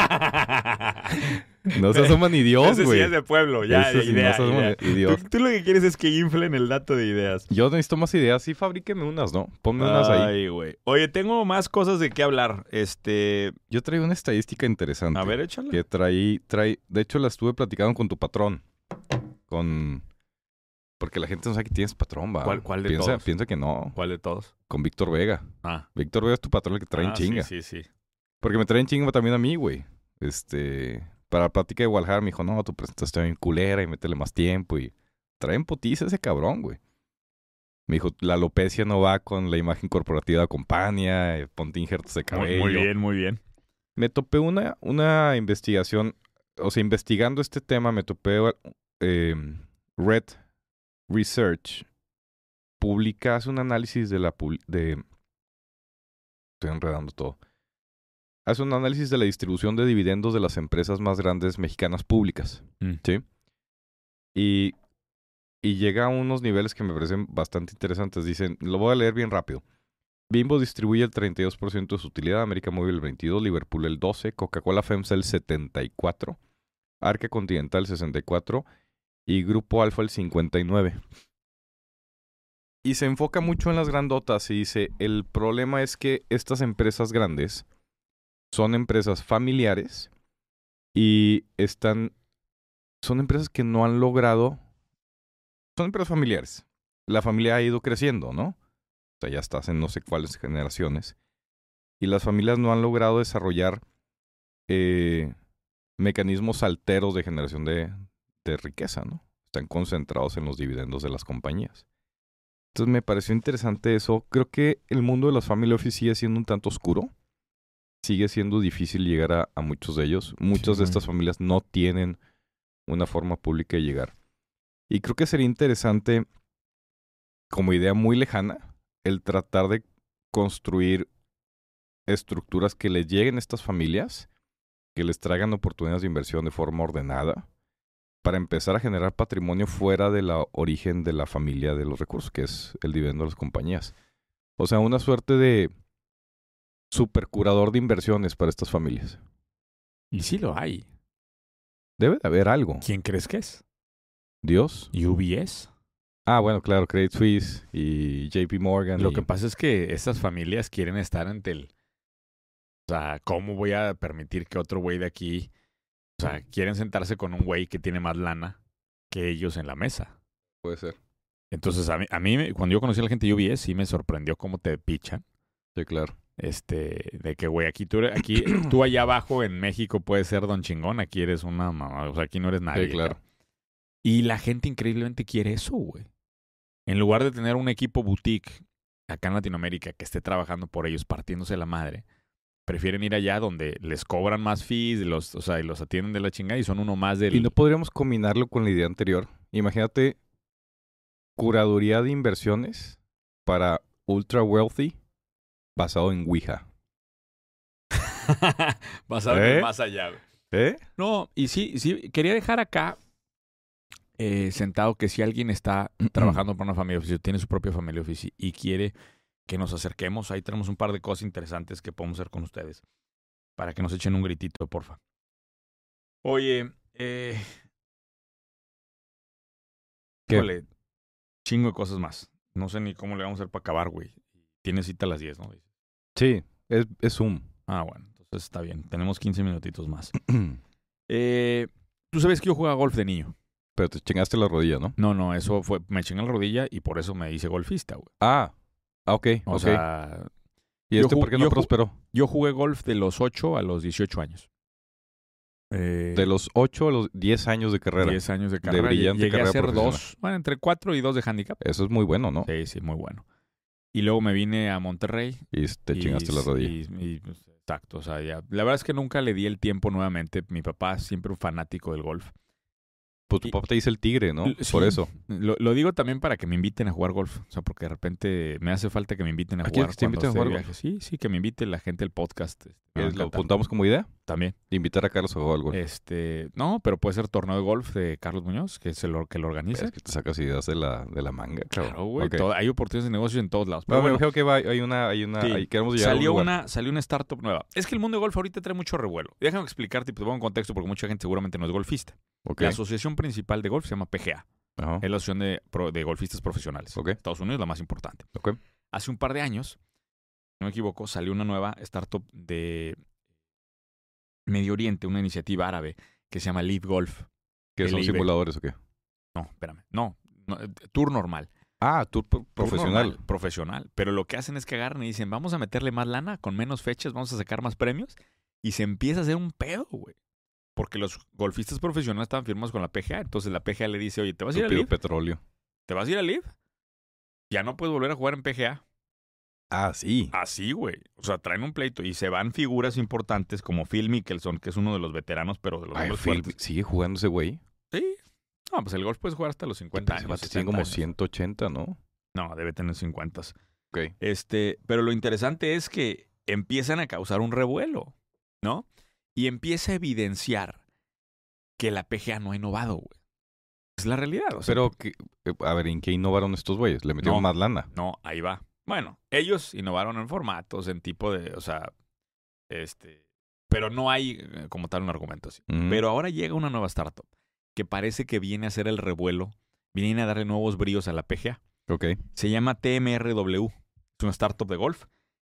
No se asoman ni Dios,
Ese sí
güey.
es de pueblo, ya,
Ese
de
sí, no
idea,
se asoman
idea.
ni Dios.
Tú, tú lo que quieres es que inflen el dato de ideas.
Yo necesito más ideas. Sí, fabríqueme unas, ¿no? Ponme unas ahí.
Ay, güey. Oye, tengo más cosas de qué hablar. Este,
Yo traigo una estadística interesante.
a ver, échale.
que traí, traí, de hecho la estuve platicando con tu patrón, con, porque la gente no sabe que tienes patrón, va.
¿Cuál- cuál de
piensa,
todos?
Piensa que no,
¿Cuál de todos?
con Víctor Vega.
Ah.
Víctor Vega es tu patrón el que trae en
Ah,
chinga,
Sí, sí, sí.
porque me trae en chinga también a mí, güey. Este, para la plática de Guadalajara me dijo, no, tu presentación en culera y métele más tiempo y traen potiza ese cabrón, güey. Me dijo, la alopecia no va con la imagen corporativa de Compañía, eh, ponte injertos de
Muy-
cabello.
muy bien, muy bien.
Me topé una, una investigación, o sea, investigando este tema, me topé eh, Red Research. Publica, hace un análisis de la... pub- De, estoy enredando todo. Hace un análisis de la distribución de dividendos de las empresas más grandes mexicanas públicas.
Mm.
¿Sí? Y, y llega a unos niveles que me parecen bastante interesantes. Dicen, lo voy a leer bien rápido. Bimbo distribuye el 32% de su utilidad, América Móvil el 22%, Liverpool el 12%, Coca-Cola FEMSA el 74%, Arca Continental el 64% y Grupo Alfa el 59%. Y se enfoca mucho en las grandotas y dice, el problema es que estas empresas grandes son empresas familiares y están, son empresas que no han logrado, son empresas familiares. La familia ha ido creciendo, ¿no? O sea, ya estás en no sé cuáles generaciones. Y las familias no han logrado desarrollar eh, mecanismos alteros de generación de, de riqueza, ¿no? Están concentrados en los dividendos de las compañías. Entonces me pareció interesante eso. Creo que el mundo de las family office sigue siendo un tanto oscuro. Sigue siendo difícil llegar a, a muchos de ellos. Muchas
güey.
de estas familias no tienen una forma pública de llegar. Y creo que sería interesante, como idea muy lejana, el tratar de construir estructuras que les lleguen a estas familias, que les traigan oportunidades de inversión de forma ordenada, para empezar a generar patrimonio fuera de la origen de la familia de los recursos, que es el dividendo de las compañías. O sea, una suerte de supercurador de inversiones para estas familias.
Y sí lo hay.
Debe de haber algo.
¿Quién crees que es?
Dios.
UBS.
Ah, bueno, claro, Credit Suisse y JP Morgan.
Lo
y-
que pasa es que estas familias quieren estar ante el. O sea, ¿cómo voy a permitir que otro güey de aquí. O sea, quieren sentarse con un güey que tiene más lana que ellos en la mesa.
puede ser.
Entonces, a mí, a mí me- cuando yo conocí a la gente de UBS, sí me sorprendió cómo te pichan.
Sí, claro.
Este, de que, güey, aquí tú, eres- aquí, tú allá abajo en México puedes ser don chingón, aquí eres una mamá, o sea, aquí no eres nadie.
Sí, claro.
Y la gente increíblemente quiere eso, güey. En lugar de tener un equipo boutique acá en Latinoamérica que esté trabajando por ellos, partiéndose la madre, prefieren ir allá donde les cobran más fees, los, o sea, y los atienden de la chingada y son uno más del...
Y no podríamos combinarlo con la idea anterior. Imagínate curaduría de inversiones para ultra wealthy basado en Ouija.
Basado en el
¿Eh?
más allá, güey.
¿Eh?
No, y sí, sí, quería dejar acá eh, sentado que si alguien está trabajando para una familia oficio, tiene su propia familia oficio y quiere que nos acerquemos, ahí tenemos un par de cosas interesantes que podemos hacer con ustedes para que nos echen un gritito, porfa. Oye, eh...
¿Qué?
híjole, chingo de cosas más. No sé ni cómo le vamos a hacer para acabar, güey. Tiene cita a las 10, ¿no?
Sí, es, es Zoom.
Ah, bueno, entonces está bien. Tenemos 15 minutitos más. Eh, Tú sabes que yo jugaba golf de niño.
Pero te chingaste la rodilla, ¿no?
No, no, eso fue. Me chingué la rodilla y por eso me hice golfista, güey.
Ah, ah ok,
O
ok.
sea,
¿Y
yo
este
ju-
por qué no
yo ju-
prosperó?
yo jugué golf de los 8 a los 18 años. Eh,
De los 8 a los 10 años de carrera.
10 años de carrera.
brillante
Llegué
carrera
a hacer
profesional.
dos. Bueno, entre 4 y 2 de handicap.
Eso es muy bueno, ¿no?
Sí, sí, muy bueno. Y luego me vine a Monterrey.
Y te
y-
chingaste la rodilla.
y- y, pues, exacto. O sea, ya- la verdad es que nunca le di el tiempo nuevamente. Mi papá siempre un fanático del golf.
pues tu
y-
papá te dice el tigre, ¿no?
L-
Por
sí. Ah,
eso.
Lo, lo digo también para que me inviten a jugar golf. O sea, porque de repente me hace falta que me inviten a
¿Ah,
jugar.
quieres que te
cuando
inviten a
esté
jugar Ah,
de viaje. Sí, sí, que me invite la gente del podcast. este, me va a
¿Quieres- ¿Lo
encantar.
apuntamos como idea?
También.
Invitar a Carlos a jugar al golf.
Este, no, pero puede ser torneo de golf de Carlos Muñoz, que es el or- que lo organiza.
Es que te sacas ideas de la, de la manga, claro.
Claro, güey.
Ok.
todo- Hay oportunidades de negocio en todos lados. Pero
Bueno, me
bueno,
imagino que va- hay una, hay una,
Sí.
ahí queremos llegar a un
salió
lugar.
una, salió una startup nueva. Es que el mundo de golf ahorita trae mucho revuelo. Déjame explicarte y te pongo en contexto porque mucha gente seguramente no es golfista.
Ok.
La asociación principal de golf se llama PGA.
Ajá.
Es la asociación de, pro- de golfistas profesionales.
Ok.
Estados Unidos, la más importante.
Ok.
Hace un par de años, no me equivoco, salió una nueva startup de Medio Oriente, una iniciativa árabe que se llama Lead Golf.
¿Que son
LIB.
simuladores o qué?
No, espérame. No, no, eh, tour normal.
Ah, tú pro-
Tour
profesional.
normal, profesional. Pero lo que hacen es que agarran y dicen, vamos a meterle más lana, con menos fechas, vamos a sacar más premios. Y se empieza a hacer un pedo, güey. Porque los golfistas profesionales estaban firmados con la PGA. Entonces la PGA le dice, oye, ¿te vas a ir al
Tupido
LIV?
petróleo.
¿Te vas a ir al LIV? Ya no puedes volver a jugar en PGA.
Ah, sí.
Así, güey. O sea, traen un pleito y se van figuras importantes como Phil Mickelson, que es uno de los veteranos, pero de los
Ay,
hombres
Phil,
fuertes.
sigue jugando ese güey.
Sí. No, pues el golf puedes jugar hasta los 50
Ese
años.
vato Tiene
60
como
años.
180, ¿no?
No, debe tener 50.
Ok.
Este, pero lo interesante es que empiezan a causar un revuelo, ¿no? Y empieza a evidenciar que la PGA no ha innovado, güey. Es la realidad. O sea,
Pero, ¿qué- eh, a ver, ¿en qué innovaron estos güeyes? Le metieron
No.
más lana.
no, ahí va. Bueno, ellos innovaron en formatos, en tipo de, o sea, este, pero no hay eh, como tal un argumento así.
Ujú.
Pero ahora llega una nueva startup que parece que viene a hacer el revuelo, viene a darle nuevos bríos a la PGA.
Ok.
Se llama TMRW. Es una startup de golf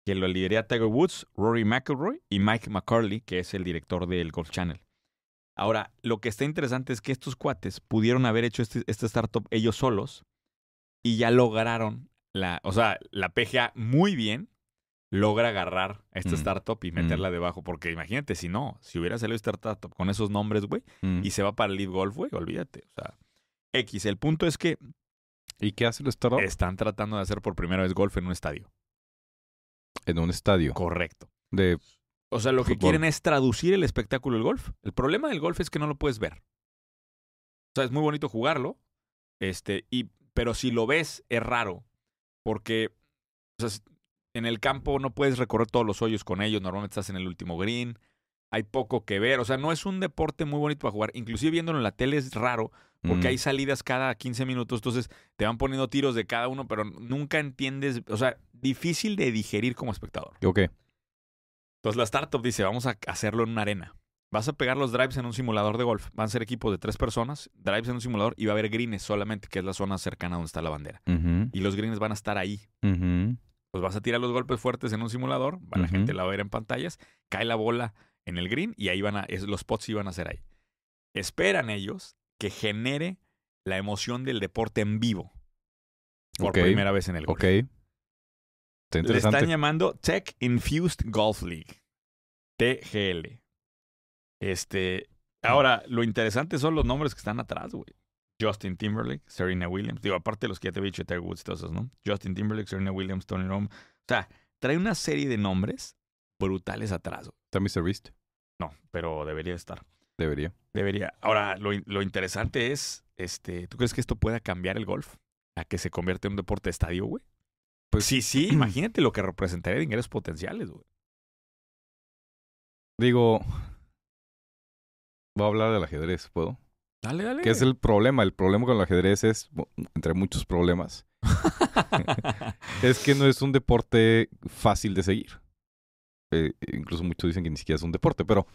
que lo liderea Tiger Woods, Rory McIlroy y Mike McCurley, que es el director del Golf Channel. Ahora, lo que está interesante es que estos cuates pudieron haber hecho este, esta startup ellos solos y ya lograron la, o sea, la PGA muy bien logra agarrar a esta
Mm.
startup y meterla debajo, porque imagínate si no, si hubiera salido esta startup con esos nombres, güey,
Mm.
y se va para el Live Golf, güey, olvídate, o sea, X, el punto es que
¿Y qué hace el startup?
están tratando de hacer por primera vez golf en un estadio.
En un estadio.
Correcto.
De,
O sea, lo que
Fútbol.
quieren es traducir el espectáculo del golf. El problema del golf es que no lo puedes ver. O sea, es muy bonito jugarlo, este, y, pero si lo ves es raro, porque o sea, s- en el campo no puedes recorrer todos los hoyos con ellos, normalmente estás en el último green, hay poco que ver, o sea, no es un deporte muy bonito para jugar, inclusive viéndolo en la tele es raro, porque
Mm.
hay salidas cada 15 minutos, entonces te van poniendo tiros de cada uno, pero nunca entiendes, o sea, difícil de digerir como espectador.
Ok.
Entonces la startup dice, vamos a hacerlo en una arena. Vas a pegar los drives en un simulador de golf. Van a ser equipos de tres personas, drives en un simulador y va a haber greens solamente, que es la zona cercana donde está la bandera.
Ujú,
Y los greens van a estar ahí.
ujú.
Pues vas a tirar los golpes fuertes en un simulador, va- la
Ujú.
gente la va a ver en pantallas, cae la bola en el green y ahí van a, es- los pots iban a ser ahí. Esperan ellos que genere la emoción del deporte en vivo por
Ok.
primera vez en el golf.
Ok. Está
Le
interesante.
están llamando Tech Infused Golf League, TGL. Este, ahora, lo interesante son los nombres que están atrás, güey. Justin Timberlake, Serena Williams. Digo, aparte de los que ya te he dicho, Tiger Woods y todos esos, ¿no? Justin Timberlake, Serena Williams, Tony Rome. O sea, trae una serie de nombres brutales atrás. güey.
Está Mr. Beast.
No, pero debería estar.
Debería.
Debería. Ahora, lo, in- lo interesante es, este, ¿tú crees que esto pueda cambiar el golf? A que se convierta en un deporte de estadio, güey.
Pues-
sí, sí, imagínate lo que representaría de ingresos potenciales, güey.
Digo. Voy a hablar del ajedrez, ¿puedo?
Dale, dale.
¿Qué es el problema? El problema con el ajedrez es, bu- entre muchos problemas, es que no es un deporte fácil de seguir. Eh, incluso muchos dicen que ni siquiera es un deporte, pero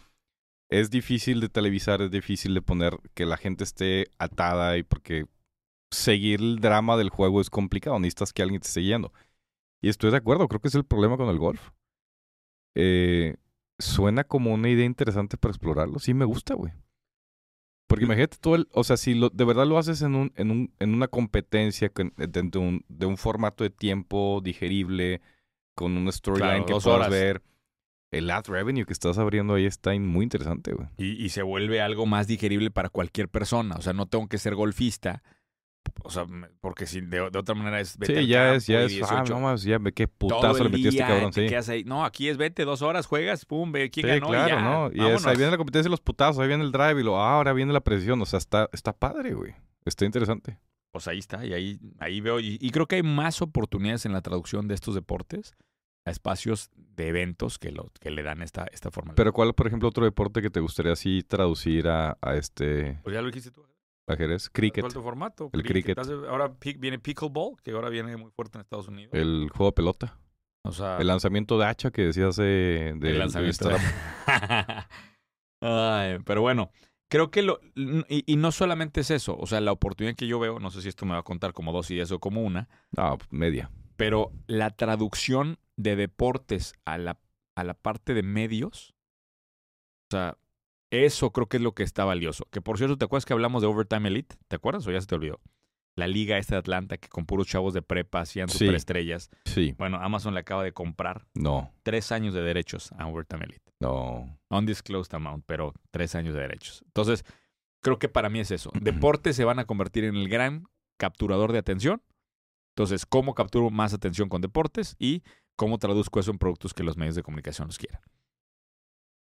es difícil de televisar, es difícil de poner que la gente esté atada y porque seguir el drama del juego es complicado, necesitas que alguien te esté guiando. Y estoy de acuerdo, creo que es el problema con el golf. Eh, suena como una idea interesante para explorarlo, sí me gusta, güey. Porque imagínate tú, el- o sea, si lo- de verdad lo haces en, un, en, un, en una competencia con- eh, dentro de un, de un formato de tiempo digerible, con una storyline
Claro,
que
dos
puedas
horas.
ver, el ad revenue que estás abriendo ahí está in- muy interesante, güey.
Y, y se vuelve algo más digerible para cualquier persona. O sea, no tengo que ser golfista. O sea, me- porque si de, de otra manera es vete
Sí,
al
ya es,
campo
ya
y
es, ah,
18
no mames, ya ve qué
todo
putazo
el
le metió este
día,
cabrón,
te
sí.
quedas ahí. No, aquí es vete dos horas, juegas, pum, ve quién
Sí,
ganó
claro,
y ya.
¿no? Y es, ahí
vámonos.
viene la competencia de los putazos, ahí viene el drive y lo, ah, ahora viene la presión, o sea, está, está padre, güey. Está interesante.
Pues ahí está, y ahí, ahí veo. Y, y creo que hay más oportunidades en la traducción de estos deportes a espacios de eventos que, lo, que le dan esta, esta forma.
Pero ¿cuál, por ejemplo, otro deporte que te gustaría así traducir a, a este
Pues ya lo dijiste tú.
ajedrez? Cricket,
¿Cuál tu formato?
El cricket.
Hace- Ahora pic- viene pickleball, que ahora viene muy fuerte en Estados Unidos.
el juego de pelota,
o sea,
el lanzamiento de hacha que decías hace de,
Ah. el
de
lanzamiento.
Instagram.
Ay, pero bueno, creo que lo. Y, y no solamente es eso. O sea, la oportunidad que yo veo, no sé si esto me va a contar como dos ideas o como una,
No, ah, media.
pero la traducción de deportes a la, a la parte de medios, o sea, eso creo que es lo que está valioso. Que por cierto, ¿te acuerdas que hablamos de Overtime Elite? ¿Te acuerdas o ya se te olvidó? La liga esta de Atlanta que con puros chavos de prepa hacían
Sí.
superestrellas.
Sí,
Bueno, Amazon le acaba de comprar
no,
tres años de derechos a Overtime Elite.
no.
Undisclosed amount, pero tres años de derechos. Entonces, creo que para mí es eso. Deportes se van a convertir en el gran capturador de atención. Entonces, ¿cómo capturo más atención con deportes? Y cómo traduzco eso en productos que los medios de comunicación los quieran.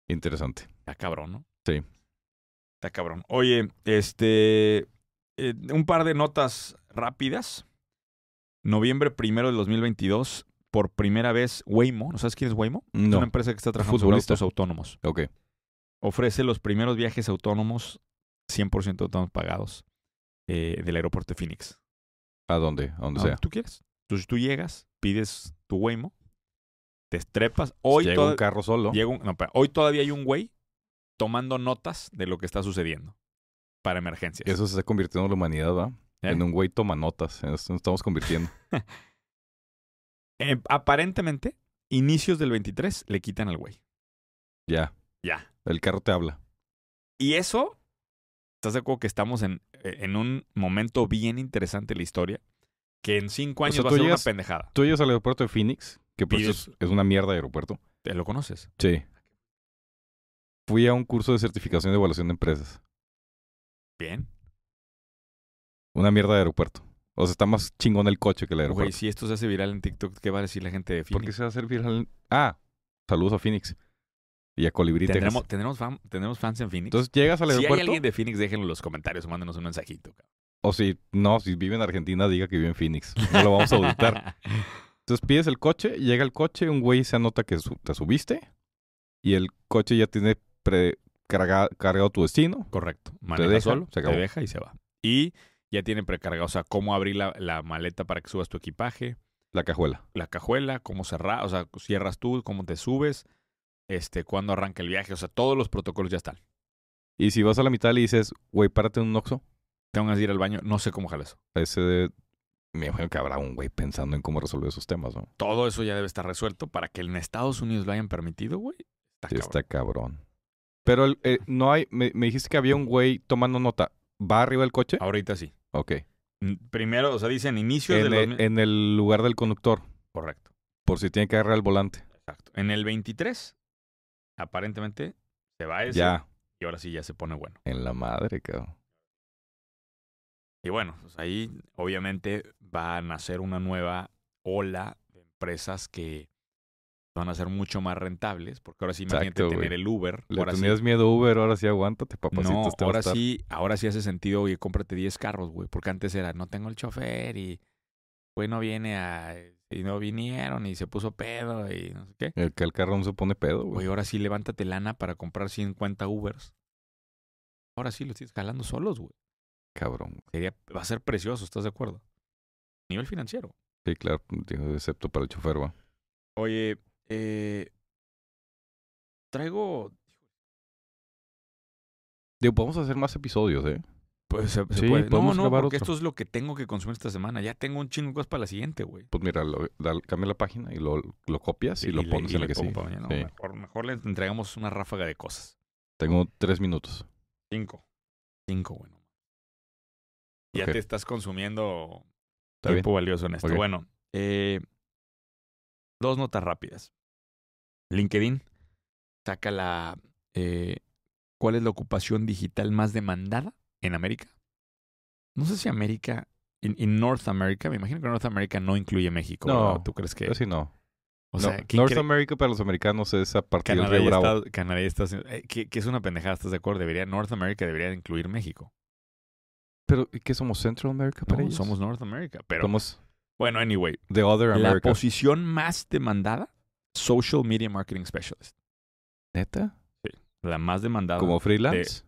Interesante.
Está cabrón, ¿no?
Sí.
Está cabrón. Oye, este. eh, un par de notas rápidas. Noviembre primero del 2022, por primera vez, Waymo. ¿No sabes quién es Waymo? Es una
No,
empresa que está trabajando sobre
Futbolista.
autos autónomos.
ok.
ofrece los primeros viajes autónomos 100% autónomos pagados eh, del aeropuerto de Phoenix.
¿A dónde? A donde
A
sea.
donde tú quieres. Entonces tú llegas, pides tu Waymo, te estrepas. Hoy,
Llega
toda-
un carro solo.
llega un- no, espera, hoy todavía hay un güey tomando notas de lo que está sucediendo para emergencias.
Eso se está convirtiendo en la humanidad, ¿va?
¿Eh?
En un güey toma notas. en eso nos estamos convirtiendo.
Eh, aparentemente, inicios del 23 le quitan al güey.
ya.
Ya.
El carro te habla.
Y eso, ¿estás de acuerdo que estamos en, eh, en un momento bien interesante de la historia? Que en cinco
O
años
sea,
va a
tú
ser
llegas-
una pendejada.
Tú llegas al aeropuerto de Phoenix, que por
Pides-
cierto es, es una mierda de aeropuerto.
Te lo conoces.
Sí. Fui a un curso de certificación de evaluación de empresas.
Bien.
Una mierda de aeropuerto. O sea, está más chingón el coche que el aeropuerto.
Güey, si esto se hace viral en TikTok, ¿qué va a decir la gente de
¿Por qué
Phoenix?
se va a hacer viral? Ah, saludos a Phoenix. Y a Colibrí, Texas.
¿Tendremos, tendremos, fan- ¿Tendremos fans en Phoenix?
Entonces llegas al
si hay
aeropuerto.
alguien de Phoenix, déjenlo en los comentarios o mándenos un mensajito. cabrón.
O si no, si vive en Argentina, diga que vive en Phoenix. No lo vamos a auditar. Entonces pides el coche, llega el coche, un güey se anota que su- te subiste y el coche ya tiene pre- carga- cargado tu destino.
Correcto. Maneja
deja,
solo,
se acabó.
te deja y se va. Y ya tienen precargado, o sea, cómo abrir la, la maleta para que subas tu equipaje,
La cajuela.
la cajuela, cómo cerrar, o sea, cierras tú, cómo te subes, este, cuándo arranca el viaje, o sea, todos los protocolos ya están.
Y si vas a la mitad le dices, güey, párate en un oxo,
Tengo que ir al baño, no sé cómo jalar eso.
ese de- Me imagino que habrá un güey pensando en cómo resolver esos temas, ¿no?
Todo eso ya debe estar resuelto para que en Estados Unidos lo hayan permitido, güey. Está Ah,
Sí,
cabrón.
está cabrón. Pero el- eh, no hay... Me, me dijiste que había un güey tomando nota. ¿Va arriba del coche?
Ahorita sí.
Ok.
Mm, Primero, o sea, dicen inicios
En,
del
el-
2000.
en el lugar del conductor,
Correcto,
por si tiene que agarrar el volante.
exacto. En el 23, aparentemente, se va ese
Ya.
y ahora sí ya se pone bueno.
En la madre, cabrón.
Y bueno, pues ahí obviamente va a nacer una nueva ola de empresas que van a ser mucho más rentables, porque ahora sí imagínate
Exacto, güey.
tener el Uber.
Le
ahora sí-
tenías miedo a Uber, ahora sí aguántate, papacito.
No,
este va a
ahora
estar-
sí, ahora sí hace sentido, oye, cómprate 10 carros, güey, porque antes era, no tengo el chofer y, güey, no viene a, y no vinieron y se puso pedo y no sé qué.
El que el carro no se pone pedo, güey.
Güey, ahora sí levántate lana para comprar 50 Ubers. Ahora sí los tienes jalando solos, güey.
Cabrón. güey.
Sería, va a ser precioso, ¿estás de acuerdo? Nivel financiero.
Sí, claro, digo, excepto para el chofer, güey.
Oye, eh, traigo...
Digo, podemos hacer más episodios, ¿eh?
Pues se, se
Sí,
puede. No,
podemos
no,
grabar
porque
otro.
esto es lo que tengo que consumir esta semana. Ya tengo un chingo de cosas para la siguiente, güey.
Pues mira, lo, da- cambia la página y lo, lo copias y, lo
le-
pones en
le
la que
pongo
sí.
para mañana.
Sí.
Mejor, mejor le entregamos una ráfaga de cosas.
Tengo tres minutos.
Cinco. Cinco, güey. Ya
Ok.
te estás consumiendo
Está bien.
tiempo valioso en esto.
Ok.
Bueno, eh, dos notas rápidas. LinkedIn saca la. eh, ¿Cuál es la ocupación digital más demandada en América? No sé si América. En, en North America, me imagino que North America no incluye México.
No,
¿verdad? ¿Tú crees que.?
Yo sí no.
o
No,
sea, ¿quién
North
cree-
America para los americanos es a partir del
Canadá
Río
y,
Bravo.
Estados, Canadá y Estados Unidos. eh, que, que es una pendejada, ¿estás de acuerdo? Debería, North America debería incluir México.
Pero ¿y qué somos Central America
No,
para ellos?
somos North America. Pero
somos
bueno, anyway,
the other
la
America.
posición más demandada, Social Media Marketing Specialist.
¿Neta?
La más demandada
¿Como freelance?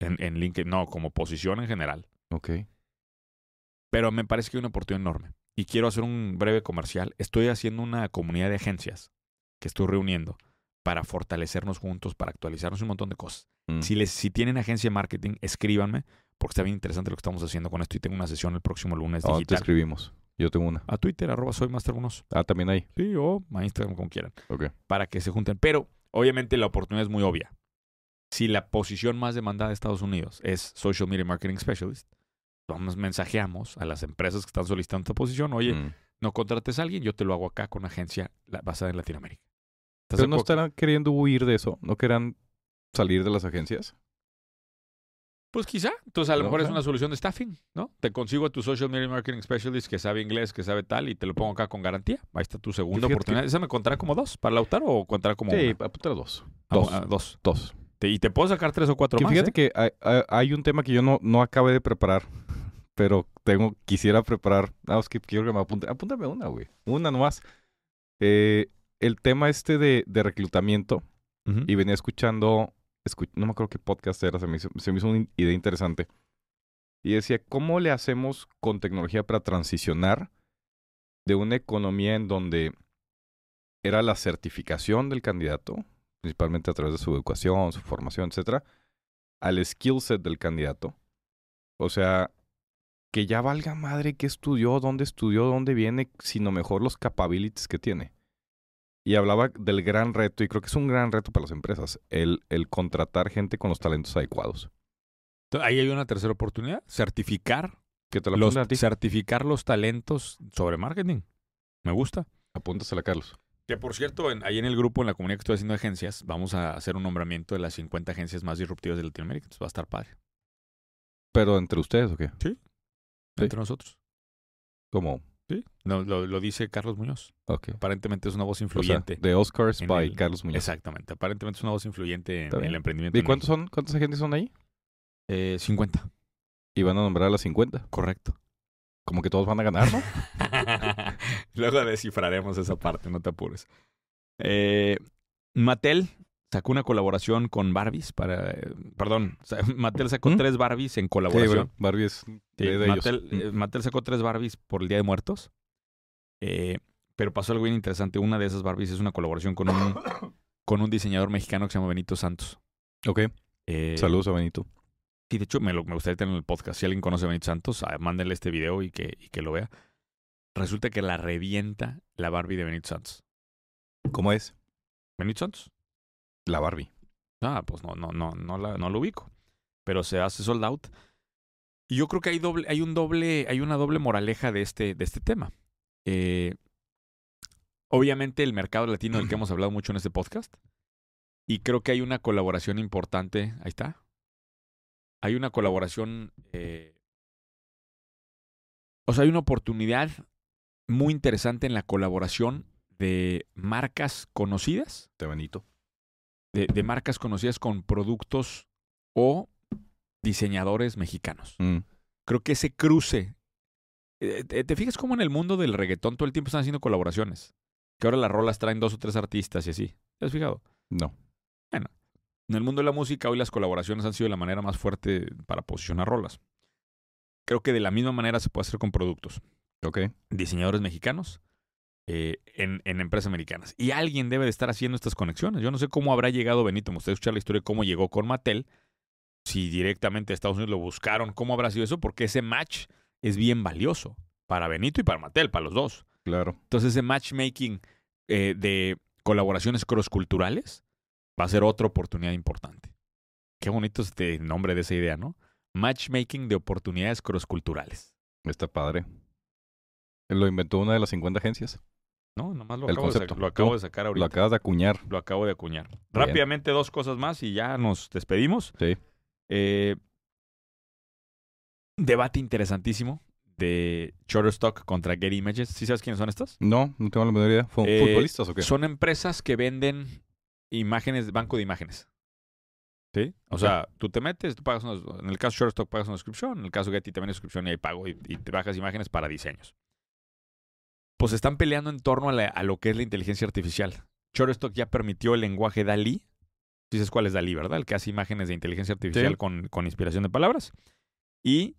en, en LinkedIn, no, como posición en general.
Ok.
Pero me parece que hay una oportunidad enorme. Y quiero hacer un breve comercial. Estoy haciendo una comunidad de agencias que estoy reuniendo para fortalecernos juntos, para actualizarnos un montón de cosas.
Mm.
Si, les, si tienen agencia de marketing, escríbanme, porque está bien interesante lo que estamos haciendo con esto y tengo una sesión el próximo lunes
¿A dónde Ah, Oh, te
digital.
escribimos? Yo tengo una.
a Twitter, arroba soy Master Unos.
Ah, también hay.
Sí, o a Instagram, como quieran,
Ok.
para que se junten. Pero, obviamente, la oportunidad es muy obvia. Si la posición más demandada de Estados Unidos es Social Media Marketing Specialist, vamos, mensajeamos a las empresas que están solicitando esta posición. Oye,
Mm.
no contrates a alguien, yo te lo hago acá con una agencia la- basada en Latinoamérica. ¿Estás de
Pero no
acuerdo?
estarán queriendo huir de eso. ¿No querrán salir de las agencias?
Pues quizá. Entonces, a lo
No,
mejor es
ajá.
una solución de staffing, ¿no? Te consigo a tu social media marketing specialist que sabe inglés, que sabe tal, y te lo pongo acá con garantía. Ahí está tu segunda
Fíjate
oportunidad. ¿Esa me contará como dos para Lautaro o contará como
Sí,
una?
apuntar dos.
Ah,
dos.
ah, dos.
Dos.
Te- y te puedo sacar tres o cuatro
Que
más.
fíjate
¿eh?
que hay, hay- hay un tema que yo no, no acabé de preparar, pero tengo, quisiera preparar. Nada más que quiero que me apunte. Apúntame una, güey. Una nomás. Eh, el tema este de, de reclutamiento,
Ujú.
y venía escuchando, escu- no me acuerdo qué podcast era, se me hizo, se me hizo una in- idea interesante. Y decía, ¿cómo le hacemos con tecnología para transicionar de una economía en donde era la certificación del candidato, principalmente a través de su educación, su formación, etcétera, al skill set del candidato? O sea, que ya valga madre qué estudió, dónde estudió, dónde viene, sino mejor los capabilities que tiene. Y hablaba del gran reto, y creo que es un gran reto para las empresas, el, el contratar gente con los talentos adecuados.
Entonces, Ahí hay una tercera oportunidad. Certificar
¿Qué te lo
los,
apuntas a ti?
certificar los talentos sobre marketing. Me gusta.
Apúntasela, Carlos.
Que por cierto, en- ahí en el grupo, en la comunidad que estoy haciendo de agencias, vamos a hacer un nombramiento de las 50 agencias más disruptivas de Latinoamérica. Entonces va a estar padre.
¿Pero entre ustedes o qué? Sí.
Entre nosotros.
¿Cómo?
Sí. Lo- lo- lo dice Carlos Muñoz.
Ok.
Aparentemente es una voz
O sea,
influyente.
de Oscars
En
by
el-
Carlos Muñoz.
Exactamente. Aparentemente es una voz influyente en
Está bien.
el emprendimiento.
¿Y
en
cuántos son, cuántas agentes son ahí?
México. Eh, 50.
Y van a nombrar a las 50.
Correcto.
Como que todos van a ganar, ¿no?
Luego descifraremos esa parte, no te apures. Eh, Mattel sacó una colaboración con Barbies para... eh, Perdón, sa- Mattel sacó
¿Mm?
tres Barbies en
Sí, bueno,
colaboración.
Barbie es
Sí,
de, de ellos.
Mattel,
Mm.
eh, Mattel sacó tres Barbies por el Día de Muertos. Eh, pero pasó algo bien interesante. Una de esas Barbies es una colaboración con un, con un diseñador mexicano que se llama Benito Santos.
Ok,
Eh,
saludos a Benito.
Y de hecho, me, lo, me gustaría tener en el podcast. Si alguien conoce a Benito Santos, ah, mándenle este video y que, y que lo vea. Resulta que la revienta la Barbie de Benito Santos.
¿Cómo es?
¿Benito Santos?
La Barbie.
Ah, pues no, no, no, no, la- no lo ubico. Pero se hace sold out. Y yo creo que hay doble, hay un doble, hay una doble moraleja de este, de este tema. Eh, obviamente el mercado latino del que hemos hablado mucho en este podcast. Y creo que hay una colaboración importante. Ahí está. Hay una colaboración. eh, o sea, hay una oportunidad muy interesante en la colaboración de marcas conocidas
De Benito.
de, de marcas conocidas con productos o diseñadores mexicanos.
Mm.
Creo que ese cruce. eh, ¿Te, te fijas cómo en el mundo del reggaetón todo el tiempo están haciendo colaboraciones? Que ahora las rolas traen dos o tres artistas y así. ¿Te has fijado?
No.
En el mundo de la música hoy las colaboraciones han sido la manera más fuerte para posicionar rolas. Creo que de la misma manera se puede hacer con productos.
Ok.
Diseñadores mexicanos eh, en, en empresas americanas. Y alguien debe de estar haciendo estas conexiones. Yo no sé cómo habrá llegado Benito. Me gustaría escuchar la historia de cómo llegó con Mattel. Si directamente a Estados Unidos lo buscaron, ¿cómo habrá sido eso? Porque ese match es bien valioso para Benito y para Mattel, para los dos.
Claro.
Entonces ese matchmaking eh, de colaboraciones crossculturales va a ser otra oportunidad importante. Qué bonito este nombre de esa idea, ¿no? Matchmaking de oportunidades crossculturales.
Está padre. Lo inventó una de las 50 agencias.
No, nomás lo
El
acabo, de,
concepto.
sac- lo acabo
Tú
de sacar
Lo
ahorita.
acabas de acuñar.
Lo acabo de acuñar. Rápidamente, dos cosas más y ya nos despedimos.
Sí.
Eh, un debate interesantísimo de Shutterstock contra Get Images. ¿Sí sabes quiénes son estas?
No, no tengo la menor idea. ¿Fu-
Eh,
¿Futbolistas o qué?
Son empresas que venden imágenes, banco de imágenes. ¿Sí? O sea, tú te metes, tú pagas unos, en el caso Shutterstock pagas una suscripción, en el caso Getty también es suscripción y hay pago y, y te bajas imágenes para diseños. Pues están peleando en torno a, la- a lo que es la inteligencia artificial. Shutterstock ya permitió el lenguaje DALI. Tú dices cuál es DALI, ¿verdad? El que hace imágenes de inteligencia artificial
Sí.
con, con inspiración de palabras. Y,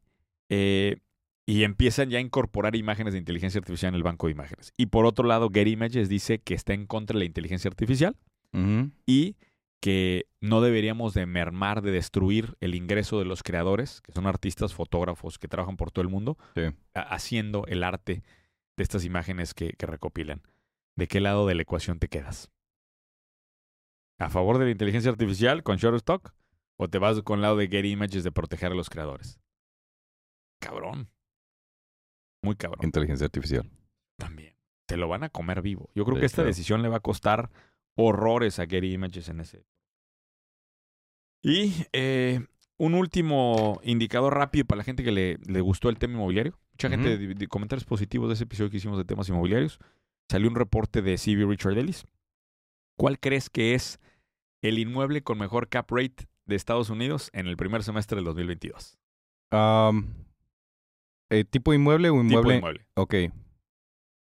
eh, y empiezan ya a incorporar imágenes de inteligencia artificial en el banco de imágenes. Y por otro lado, Get Images dice que está en contra de la inteligencia artificial
Ujú.
y que no deberíamos de mermar, de destruir el ingreso de los creadores, que son artistas, fotógrafos, que trabajan por todo el mundo,
Sí.
ha- haciendo el arte de estas imágenes que, que recopilan. ¿De qué lado de la ecuación te quedas? ¿A favor de la inteligencia artificial con Shutterstock? ¿O te vas con el lado de Getty Images de proteger a los creadores? Cabrón. Muy cabrón
Inteligencia artificial.
también. Te lo van a comer vivo. Yo creo
Sí,
que esta
claro.
decisión le va a costar horrores a Getty Images en ese. Y eh, un último indicador rápido para la gente que le, le gustó el tema inmobiliario. Mucha gente,
Ujú.
de, de comentarios positivos de ese episodio que hicimos de temas inmobiliarios. Salió un reporte de CB Richard Ellis. ¿Cuál crees que es el inmueble con mejor cap rate de Estados Unidos en el primer semestre del 2022?
Am, eh, ¿Tipo inmueble o inmueble?
Tipo de inmueble.
Ok.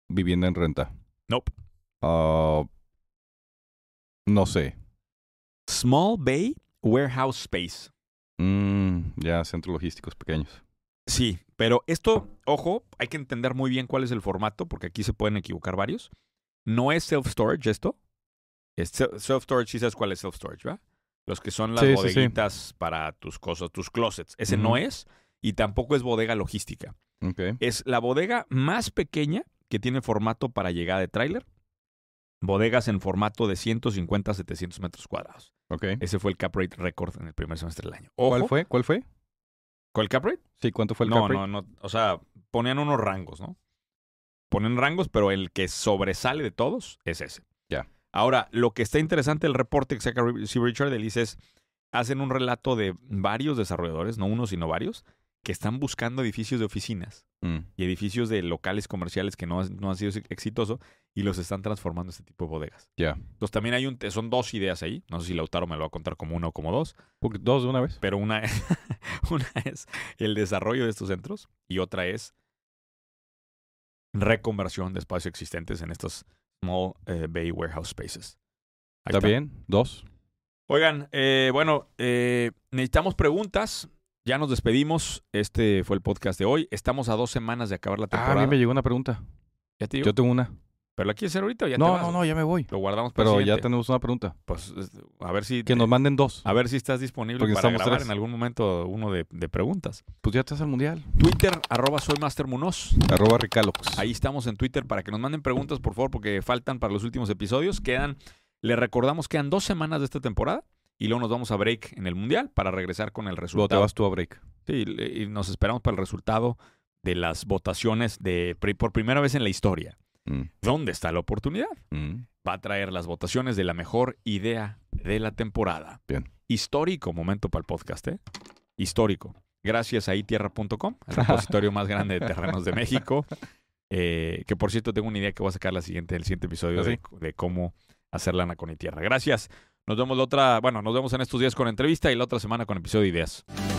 Vivienda en renta.
Nope.
Ah, no sé.
Small Bay Warehouse Space.
Mm, ya, centros logísticos pequeños.
Sí, pero esto, ojo, hay que entender muy bien cuál es el formato, porque aquí se pueden equivocar varios. No es self-storage esto. Es se- self-storage, sí sabes cuál es self-storage, ¿verdad? Los que son las
Sí, sí, sí.
bodeguitas para tus cosas, tus closets. Ese no
Ujú.
es. Y tampoco es bodega logística.
Ok.
Es la bodega más pequeña que tiene formato para llegada de tráiler. Bodegas en formato de 150 a 700 metros cuadrados.
Ok.
Ese fue el cap rate récord en el primer semestre del año.
¿Cuál
Eh, Ojo,
fue? ¿Cuál fue?
¿Cuál cap rate?
Sí, ¿cuánto fue el
no,
cap rate?
no, no. O sea, ponían unos rangos, ¿no? Ponen rangos, pero el que sobresale de todos es ese.
Ya.
Ahora, lo que está interesante del reporte que saca Ri- Sir Richard Ellis es, hacen un relato de varios desarrolladores, no uno, sino varios, que están buscando edificios de oficinas
Mm,
y edificios de locales comerciales que no, han- no han sido exitosos y los están transformando en este tipo de bodegas.
Ya.
Entonces también hay un, son dos ideas ahí. No sé si Lautaro me lo va a contar como uno o como dos
Porque ¿Dos de una vez?
pero una, una es el desarrollo de estos centros y otra es reconversión de espacios existentes en estos small eh, bay warehouse spaces. Ahí
¿Está bien? ¿Dos?
Ah, Oigan, eh, bueno, eh, necesitamos preguntas. Ya nos despedimos. Este fue el podcast de hoy. Estamos a dos semanas de acabar la
Ah, a
temporada.
mí me llegó una pregunta.
Ya te digo.
Yo tengo una.
Pero la quieres hacer ahorita o ya te
No,
vas?
no, no, ya me voy.
Lo guardamos para
Pero
el
ya
siguiente.
tenemos una pregunta.
Pues, es- a ver si
Que nos manden dos.
a ver si estás disponible
Porque
para
estamos
grabar
tres.
en algún momento uno de, de preguntas.
Pues ya estás al mundial.
Twitter, arroba soy Master Munoz.
Arroba Ricalox.
Ahí estamos en Twitter para que nos manden preguntas, por favor, porque faltan para los últimos episodios. Quedan, le recordamos, quedan dos semanas de esta temporada y luego nos vamos a break en el Mundial para regresar con el
Luego te
resultado.
vas tú a break.
Sí, le- y nos esperamos para el resultado de las votaciones de pri- por primera vez en la historia.
Mm,
¿Dónde está la oportunidad?
mm.
Va a traer las votaciones de la mejor idea de la temporada.
Bien.
Histórico momento para el podcast, ¿eh? Histórico. Gracias a itierra.com, el repositorio más grande de terrenos de México. Eh, que por cierto, tengo una idea que voy a sacar la siguiente, el siguiente episodio
¿Ah,
de, de cómo hacer lana con itierra. Gracias. Nos vemos la otra, bueno, nos vemos en estos días con entrevista y la otra semana con episodio de ideas.